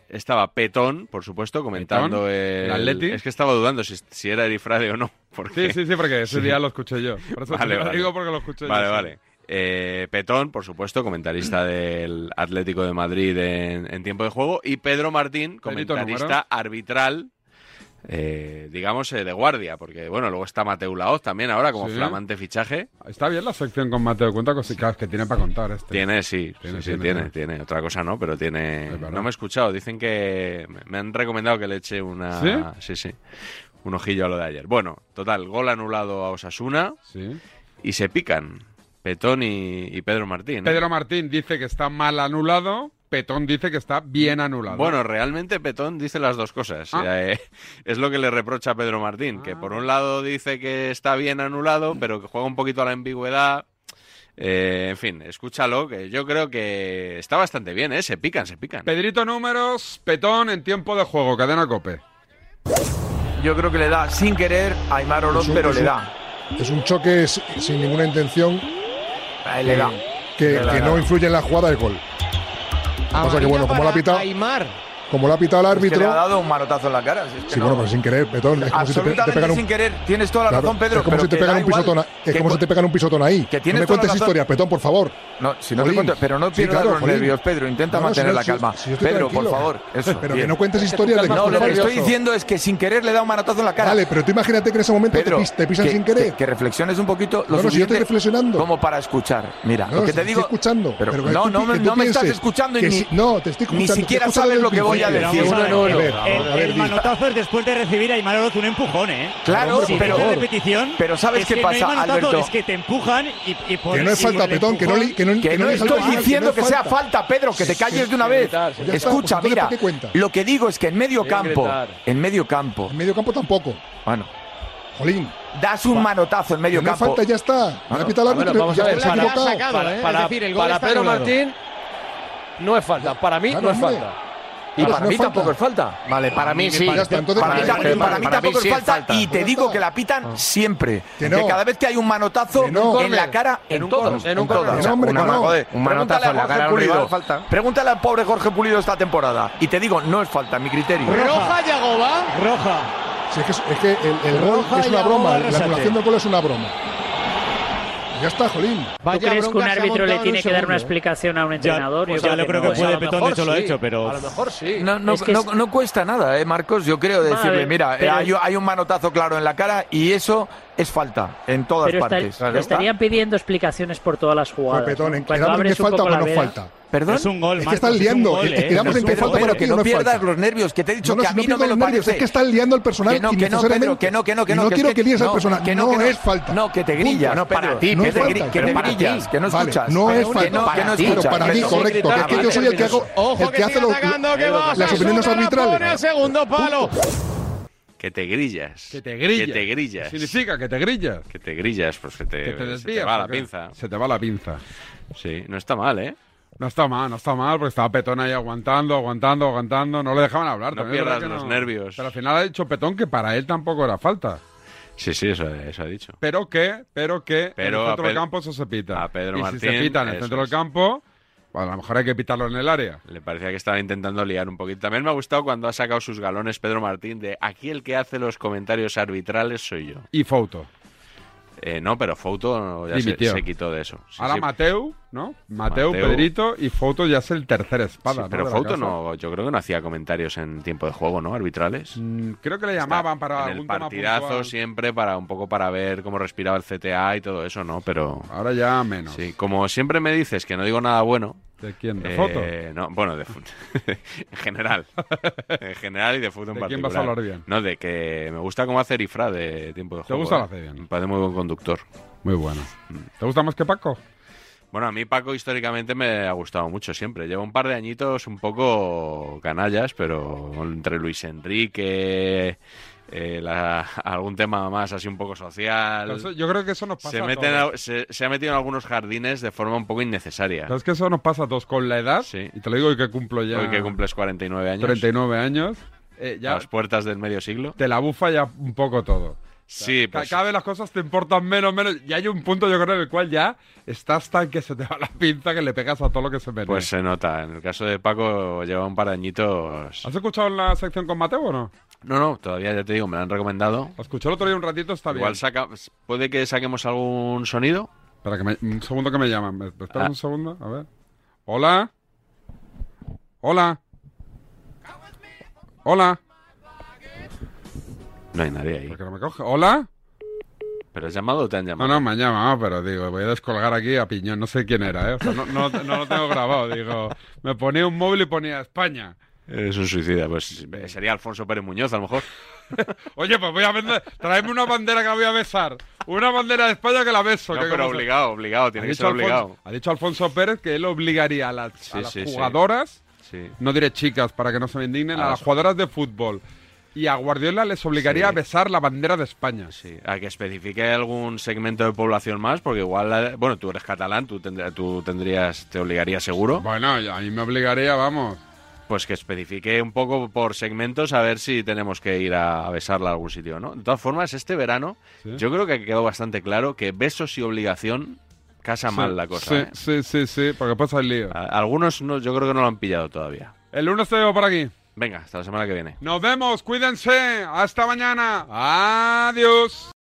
Speaker 2: estaba Petón, por supuesto, comentando
Speaker 1: Petón,
Speaker 2: el,
Speaker 1: el Atleti.
Speaker 2: Es que estaba dudando si, si era Erifrade o no. Porque...
Speaker 1: Sí, sí, sí, porque ese
Speaker 2: Sí.
Speaker 1: día lo escuché yo. Por eso te lo digo porque lo escuché
Speaker 2: Vale,
Speaker 1: yo. sí. Mm.
Speaker 2: vale. Eh, Petón, por supuesto, comentarista del Atlético de Madrid en, en tiempo de juego. Y Pedro Martín,
Speaker 1: Perito
Speaker 2: comentarista
Speaker 1: número.
Speaker 2: arbitral, eh, digamos, eh, de guardia. Porque, bueno, luego está Mateu Laoz también ahora como
Speaker 1: Sí.
Speaker 2: flamante fichaje.
Speaker 1: Está bien la sección con Mateo. Cuenta cositas que tiene para contar este.
Speaker 2: Tiene, sí,
Speaker 1: Tiene, tiene,
Speaker 2: tiene, tiene,
Speaker 1: tiene.
Speaker 2: tiene, Otra cosa no, pero tiene... No me he escuchado. Dicen que... me- Me han recomendado que le eche una... ¿Sí? sí, Un ojillo a lo de ayer. Bueno, total, gol anulado a Osasuna. Y se pican Petón y, y Pedro Martín. ¿eh?
Speaker 1: Pedro Martín dice que está mal anulado. Petón dice que está bien anulado.
Speaker 2: Bueno, realmente Petón dice las dos cosas.
Speaker 1: Ah.
Speaker 2: Eh, es lo que le reprocha a Pedro Martín, que por un lado dice que está bien anulado, pero que juega un poquito a la ambigüedad. Eh, en fin, escúchalo, que yo creo que está bastante bien, ¿eh? Se pican, se pican.
Speaker 1: Pedrito Números, Petón en tiempo de juego, cadena cope.
Speaker 4: Yo creo que le da sin querer a Aymar Oroz,
Speaker 25: Es un-
Speaker 4: pero
Speaker 25: es
Speaker 4: le
Speaker 25: un-
Speaker 4: da.
Speaker 25: Es un choque s- sin ninguna intención. Eh,
Speaker 4: A él le da.
Speaker 25: Que,
Speaker 4: Le da,
Speaker 25: que
Speaker 4: le
Speaker 25: no
Speaker 4: da.
Speaker 25: influye en la jugada del gol. O sea que bueno, como la ha pitado. Como la ha pitado el
Speaker 4: Es que le ha
Speaker 25: árbitro.
Speaker 4: dado un manotazo en la cara. si es que
Speaker 25: Sí,
Speaker 4: no-
Speaker 25: bueno, pero sin querer, Petón. Es como si te, pe- te
Speaker 4: Absolutamente
Speaker 25: pegan un.
Speaker 4: sin querer. Tienes toda la
Speaker 25: Claro,
Speaker 4: razón, Pedro.
Speaker 25: es como
Speaker 4: pero
Speaker 25: si te
Speaker 4: que da
Speaker 25: pegan un
Speaker 4: igual.
Speaker 25: pisotón. a- Es
Speaker 4: Que
Speaker 25: como si te pegan un pisotón ahí. no
Speaker 4: tienes
Speaker 25: me
Speaker 4: toda la
Speaker 25: cuentes
Speaker 4: razón.
Speaker 25: historias, Petón, por favor.
Speaker 4: No, si no te
Speaker 25: Jolín.
Speaker 4: cuento, pero no
Speaker 25: Sí,
Speaker 4: pierdas
Speaker 25: claro,
Speaker 4: los
Speaker 25: jolín.
Speaker 4: nervios, Pedro. Intenta
Speaker 25: No, no, si
Speaker 4: mantener
Speaker 25: no,
Speaker 4: la
Speaker 25: si-
Speaker 4: calma.
Speaker 25: si yo estoy
Speaker 4: Pedro,
Speaker 25: tranquilo.
Speaker 4: por favor. Eso,
Speaker 25: Pero que
Speaker 4: bien.
Speaker 25: no cuentes historias de que
Speaker 4: No,
Speaker 25: estás
Speaker 4: lo que estoy
Speaker 25: nervioso.
Speaker 4: diciendo es que sin querer le da un manotazo en la cara.
Speaker 25: Vale, pero tú imagínate que en ese momento te
Speaker 4: Pedro,
Speaker 25: pis- te pisan
Speaker 4: que-
Speaker 25: sin querer.
Speaker 4: Que, que reflexiones un poquito lo
Speaker 25: No, no, si yo estoy
Speaker 4: suficiente
Speaker 25: reflexionando.
Speaker 4: como para escuchar. Mira,
Speaker 25: No,
Speaker 4: lo que
Speaker 25: si
Speaker 4: te digo.
Speaker 25: Estoy escuchando.
Speaker 4: pero
Speaker 25: que
Speaker 4: no,
Speaker 25: tú-
Speaker 4: no me-
Speaker 25: que tú
Speaker 4: no me estás
Speaker 25: pienses
Speaker 4: escuchando y
Speaker 25: que
Speaker 4: ni-
Speaker 25: si- no, te estoy
Speaker 4: ni
Speaker 25: escuchando. te
Speaker 4: siquiera
Speaker 25: escucho
Speaker 4: sabes
Speaker 25: desde
Speaker 4: lo que
Speaker 25: el
Speaker 4: voy a
Speaker 25: principio.
Speaker 4: decir. Vamos a ver,
Speaker 25: A ver,
Speaker 4: El-
Speaker 25: a ver,
Speaker 4: el
Speaker 25: Bilbao.
Speaker 12: manotazo es después de recibir a Aymar Oroz un empujón, ¿eh?
Speaker 4: Claro,
Speaker 12: Si
Speaker 4: pero-
Speaker 12: ves el repetición.
Speaker 4: pero ¿sabes
Speaker 12: es
Speaker 4: qué
Speaker 12: que no hay
Speaker 4: pasa,
Speaker 12: manotazo,
Speaker 4: Alberto?
Speaker 12: Es que te empujan y, y por
Speaker 25: Que no es
Speaker 12: y por
Speaker 25: falta,
Speaker 12: el
Speaker 25: Petón, que no
Speaker 12: empujón-
Speaker 25: li- que no-
Speaker 4: Que no estoy diciendo que sea falta, Pedro, que te
Speaker 25: Sí,
Speaker 4: calles
Speaker 25: sí,
Speaker 4: de una
Speaker 25: sí,
Speaker 4: vez.
Speaker 25: gritar, sí. Ya está, pues
Speaker 4: Escucha,
Speaker 25: entonces,
Speaker 4: mira,
Speaker 25: ¿por qué cuenta?
Speaker 4: lo que digo es que en medio
Speaker 25: Tiene que
Speaker 4: campo,
Speaker 25: gritar.
Speaker 4: en medio campo,
Speaker 25: En medio campo tampoco.
Speaker 4: bueno,
Speaker 25: Jolín.
Speaker 4: das un manotazo en medio
Speaker 25: Que no
Speaker 4: campo.
Speaker 25: falta, ya está.
Speaker 4: Bueno,
Speaker 25: La pita el árbitro.
Speaker 4: bueno, vamos
Speaker 25: ya
Speaker 4: a ver,
Speaker 25: está
Speaker 4: para-
Speaker 25: equivocado.
Speaker 46: sacado,
Speaker 47: para,
Speaker 46: ¿eh?
Speaker 47: para-
Speaker 46: es decir, el gol
Speaker 47: para
Speaker 46: está
Speaker 47: Pedro
Speaker 46: anulado.
Speaker 47: Martín no es falta. Para mí
Speaker 46: Claro,
Speaker 47: no es
Speaker 46: hombre.
Speaker 47: falta.
Speaker 4: Y para mí
Speaker 47: no
Speaker 4: tampoco es falta.
Speaker 47: Vale, para mí sí.
Speaker 4: Para,
Speaker 47: Ya está, entonces-
Speaker 4: para mí,
Speaker 47: Para-
Speaker 4: tampoco-
Speaker 47: para
Speaker 4: para mí
Speaker 47: mí
Speaker 4: tampoco
Speaker 47: sí
Speaker 4: es
Speaker 47: es
Speaker 4: falta.
Speaker 47: falta.
Speaker 4: Y te digo que la pitan siempre. Que,
Speaker 47: Que no.
Speaker 4: cada vez que hay un manotazo
Speaker 47: no.
Speaker 4: en la cara,
Speaker 47: En
Speaker 4: en,
Speaker 47: un
Speaker 4: todos.
Speaker 47: córner. En un córner.
Speaker 4: todos.
Speaker 47: No, hombre,
Speaker 4: Una-
Speaker 47: que no.
Speaker 4: joder,
Speaker 47: Un manotazo
Speaker 4: pregúntale
Speaker 47: en la
Speaker 4: a
Speaker 47: cara al
Speaker 4: Jorge
Speaker 47: rival,
Speaker 4: Pulido.
Speaker 47: falta.
Speaker 4: Pregúntale al pobre Jorge Pulido esta temporada. Y te digo, no es falta, a mi criterio.
Speaker 47: Roja Yagoba. Roja.
Speaker 25: Sí, es que, es- es que el, el gol
Speaker 47: Roja
Speaker 25: es
Speaker 47: y
Speaker 25: una
Speaker 47: ahora
Speaker 25: broma. La
Speaker 47: Arrasate.
Speaker 25: anulación del gol es una broma. Ya está, Jolín.
Speaker 12: ¿Tú crees que un árbitro le tiene que dar una explicación a un entrenador?
Speaker 47: pues
Speaker 12: Yo
Speaker 47: ya lo creo que
Speaker 12: no, ¿eh?
Speaker 47: puede,
Speaker 12: A lo
Speaker 47: Petón, de
Speaker 12: mejor
Speaker 47: hecho lo ha
Speaker 12: sí.
Speaker 47: hecho, pero-
Speaker 12: A lo mejor sí.
Speaker 4: No, no,
Speaker 12: Es que
Speaker 4: no-
Speaker 12: es-
Speaker 4: no cuesta nada, ¿eh, Marcos? Yo creo
Speaker 12: Vale,
Speaker 4: decirle, mira, eh,
Speaker 12: pero-
Speaker 4: hay, hay un manotazo claro en la cara y eso es falta en todas
Speaker 12: Pero está-
Speaker 4: partes.
Speaker 12: le estarían pidiendo explicaciones por todas las jugadas.
Speaker 4: Petón,
Speaker 12: ¿no?
Speaker 4: ¿en qué-
Speaker 12: Cuando
Speaker 4: en
Speaker 12: abres
Speaker 4: qué
Speaker 12: un
Speaker 4: falta
Speaker 12: poco
Speaker 4: o
Speaker 12: la
Speaker 4: no
Speaker 12: veda-
Speaker 4: falta? Perdón.
Speaker 12: Es un gol, ¿eh?
Speaker 25: Es que estás liando. es que quedamos en que
Speaker 4: Pero,
Speaker 25: falta para
Speaker 4: Pedro,
Speaker 25: ti
Speaker 4: que
Speaker 25: no
Speaker 4: no
Speaker 25: es
Speaker 4: pierdas
Speaker 25: falta.
Speaker 4: los nervios, que te he dicho
Speaker 25: No, no,
Speaker 4: que
Speaker 25: si no
Speaker 4: a mí no, me
Speaker 25: pierdo
Speaker 4: lo
Speaker 25: los nervios,
Speaker 4: parece.
Speaker 25: es que estás liando al personal
Speaker 4: Que no, que no,
Speaker 25: innecesariamente.
Speaker 4: Pedro, que no, que no, que
Speaker 25: Y
Speaker 4: no.
Speaker 25: no
Speaker 4: es
Speaker 25: quiero que líes al
Speaker 4: no,
Speaker 25: personal.
Speaker 4: que
Speaker 25: No
Speaker 4: que
Speaker 25: es falta.
Speaker 4: No, que te grillas,
Speaker 25: Punto.
Speaker 4: Pedro.
Speaker 25: Para ti,
Speaker 4: que te,
Speaker 25: Pedro,
Speaker 4: gri- que
Speaker 25: pero
Speaker 4: te
Speaker 25: para
Speaker 4: grillas,
Speaker 25: ti.
Speaker 4: que no
Speaker 25: Vale,
Speaker 4: escuchas.
Speaker 25: no es falta.
Speaker 4: Que no, que no
Speaker 25: Para ti,
Speaker 4: escuchas.
Speaker 25: pero para ti,
Speaker 4: Pedro.
Speaker 25: correcto, que es que yo soy el que hago- el que hace los- las opiniones arbitrales.
Speaker 46: segundo palo.
Speaker 2: Que te grillas. Que te
Speaker 1: grillas.
Speaker 2: Que te grillas.
Speaker 1: Significa que te grillas.
Speaker 2: Que te grillas, pues que te,
Speaker 1: Que te
Speaker 2: se te
Speaker 1: desvías.
Speaker 2: va la
Speaker 1: ¿o qué?
Speaker 2: pinza.
Speaker 1: Se te va la pinza.
Speaker 2: Sí, no está mal, ¿eh?
Speaker 1: No está mal, no está mal, porque estaba Petón ahí aguantando, aguantando, aguantando. No le dejaban hablar.
Speaker 2: No
Speaker 1: también es verdad
Speaker 2: pierdas los
Speaker 1: que no.
Speaker 2: nervios.
Speaker 1: Pero al final ha dicho Petón que para él tampoco era falta.
Speaker 2: Sí, sí, eso, eso ha dicho.
Speaker 1: Pero que, pero que
Speaker 2: Pero
Speaker 1: en el
Speaker 2: a
Speaker 1: centro del
Speaker 2: Ped-
Speaker 1: campo eso se pita. A
Speaker 2: Pedro
Speaker 1: y
Speaker 2: Martín,
Speaker 1: si se pita en el
Speaker 2: eso
Speaker 1: centro del campo, a lo mejor hay que pitarlo en el área.
Speaker 2: Le parecía que estaba intentando liar un poquito. También me ha gustado cuando ha sacado sus galones Pedro Martín de aquí el que hace los comentarios arbitrales soy yo.
Speaker 1: Y Fouto.
Speaker 2: Eh, no, pero Fouto ya se,
Speaker 1: Dimitió.
Speaker 2: se quitó de eso. Sí,
Speaker 1: Ahora
Speaker 2: sí.
Speaker 1: Mateu, ¿no? Mateu,
Speaker 2: Mateu.
Speaker 1: Pedrito y Fouto ya es el tercer
Speaker 2: Sí,
Speaker 1: espada. ¿no?
Speaker 2: pero
Speaker 1: de la
Speaker 2: Fouto
Speaker 1: casa.
Speaker 2: no, yo creo que no hacía comentarios en tiempo de juego, ¿no? Arbitrales.
Speaker 1: Mm, Creo que le llamaban para
Speaker 2: en el
Speaker 1: algún
Speaker 2: partidazo
Speaker 1: tema puntual.
Speaker 2: siempre para un poco para ver cómo respiraba el CTA y todo eso, ¿no? Pero
Speaker 1: ahora ya menos.
Speaker 2: Sí, como siempre me dices que no digo nada bueno.
Speaker 1: ¿De quién? ¿De
Speaker 2: eh,
Speaker 1: Fouto?
Speaker 2: No, bueno, de fut- en general. En general y de fútbol en
Speaker 1: ¿De quién
Speaker 2: particular.
Speaker 1: vas a hablar bien?
Speaker 2: No, de que me gusta cómo hace Ifra de tiempo de
Speaker 1: ¿Te
Speaker 2: juego.
Speaker 1: gusta
Speaker 2: eh?
Speaker 1: lo hace bien?
Speaker 2: Me parece muy buen conductor.
Speaker 1: Muy bueno.
Speaker 2: Mm.
Speaker 1: ¿Te gusta más que Paco?
Speaker 2: Bueno, a mí Paco históricamente me ha gustado mucho siempre. Lleva un par de añitos un poco canallas, pero entre Luis Enrique, eh, la- algún tema más así un poco social.
Speaker 1: Pero eso- yo creo que eso nos pasa
Speaker 2: se,
Speaker 1: a
Speaker 2: mete en
Speaker 1: todos.
Speaker 2: al- se, se ha metido en algunos jardines de forma un poco innecesaria.
Speaker 1: ¿Sabes que eso nos pasa a todos con la edad? Y te lo digo y que cumplo ya
Speaker 2: Hoy que cumples 49 años.
Speaker 1: 39 años. eh, ya-
Speaker 2: a las puertas del medio siglo.
Speaker 1: Te la bufa ya un poco todo.
Speaker 2: Sí,
Speaker 1: Ca-
Speaker 2: pues
Speaker 1: Cada vez las cosas te importan menos, menos. Y hay un punto, yo creo, en el cual ya estás tan que se te va la pinza que le pegas a todo lo que se merece.
Speaker 2: Pues se nota. En el caso de Paco lleva un par de añitos.
Speaker 1: ¿Has escuchado en la sección con Mateo o no?
Speaker 2: No, no, todavía ya te digo, me lo han recomendado.
Speaker 1: Lo escuché el otro día un ratito, está
Speaker 2: Igual
Speaker 1: bien.
Speaker 2: saca, puede que saquemos algún sonido.
Speaker 1: Espera, que me- un segundo que me llaman. ¿Me- me esperas
Speaker 2: Ah.
Speaker 1: un segundo? A ver. Hola. Hola. Hola.
Speaker 2: No hay nadie ahí.
Speaker 1: Que no me coge. Hola.
Speaker 2: ¿Pero has llamado o te han
Speaker 1: No,
Speaker 2: llamado?
Speaker 1: no, me han llamado, pero digo, voy a descolgar aquí a piñón. No sé quién era, ¿eh? O sea, no, no- no lo tengo grabado. Digo, me ponía un móvil y ponía España.
Speaker 2: Es un suicida. Pues eh, sería Alfonso Pérez Muñoz, a lo mejor.
Speaker 1: Oye, pues voy a vender. Traeme una bandera que la voy a besar. Una bandera de España que la beso.
Speaker 2: No,
Speaker 1: que
Speaker 2: pero
Speaker 1: como se-
Speaker 2: obligado, obligado, tiene
Speaker 1: Ha
Speaker 2: que
Speaker 1: dicho
Speaker 2: ser
Speaker 1: Alfonso-
Speaker 2: obligado.
Speaker 1: Ha dicho Alfonso Pérez que él obligaría a las, a
Speaker 2: Sí,
Speaker 1: las
Speaker 2: sí, sí.
Speaker 1: jugadoras,
Speaker 2: Sí.
Speaker 1: no diré chicas para que no se me indignen,
Speaker 2: A
Speaker 1: a,
Speaker 2: las-
Speaker 1: las jugadoras de fútbol. Y a Guardiola les obligaría
Speaker 2: Sí.
Speaker 1: a besar la bandera de España.
Speaker 2: Sí. A que especifique algún segmento de población más, porque igual, eh, bueno, tú eres catalán, tú, tendr- tú tendrías, te obligaría seguro.
Speaker 1: Bueno, a mí me obligaría, vamos.
Speaker 2: Pues que especifique un poco por segmentos a ver si tenemos que ir a, a besarla a algún sitio, ¿no? De todas formas, este verano
Speaker 1: Sí.
Speaker 2: yo creo que ha quedado bastante claro que besos y obligación casa mal la cosa.
Speaker 1: Sí,
Speaker 2: ¿eh?
Speaker 1: sí, sí, sí, porque pasa el lío.
Speaker 2: A- Algunos no, yo creo que no lo han pillado todavía.
Speaker 1: El lunes te veo por aquí.
Speaker 2: Venga, hasta la semana que viene.
Speaker 1: Nos vemos, cuídense. Hasta mañana. Adiós.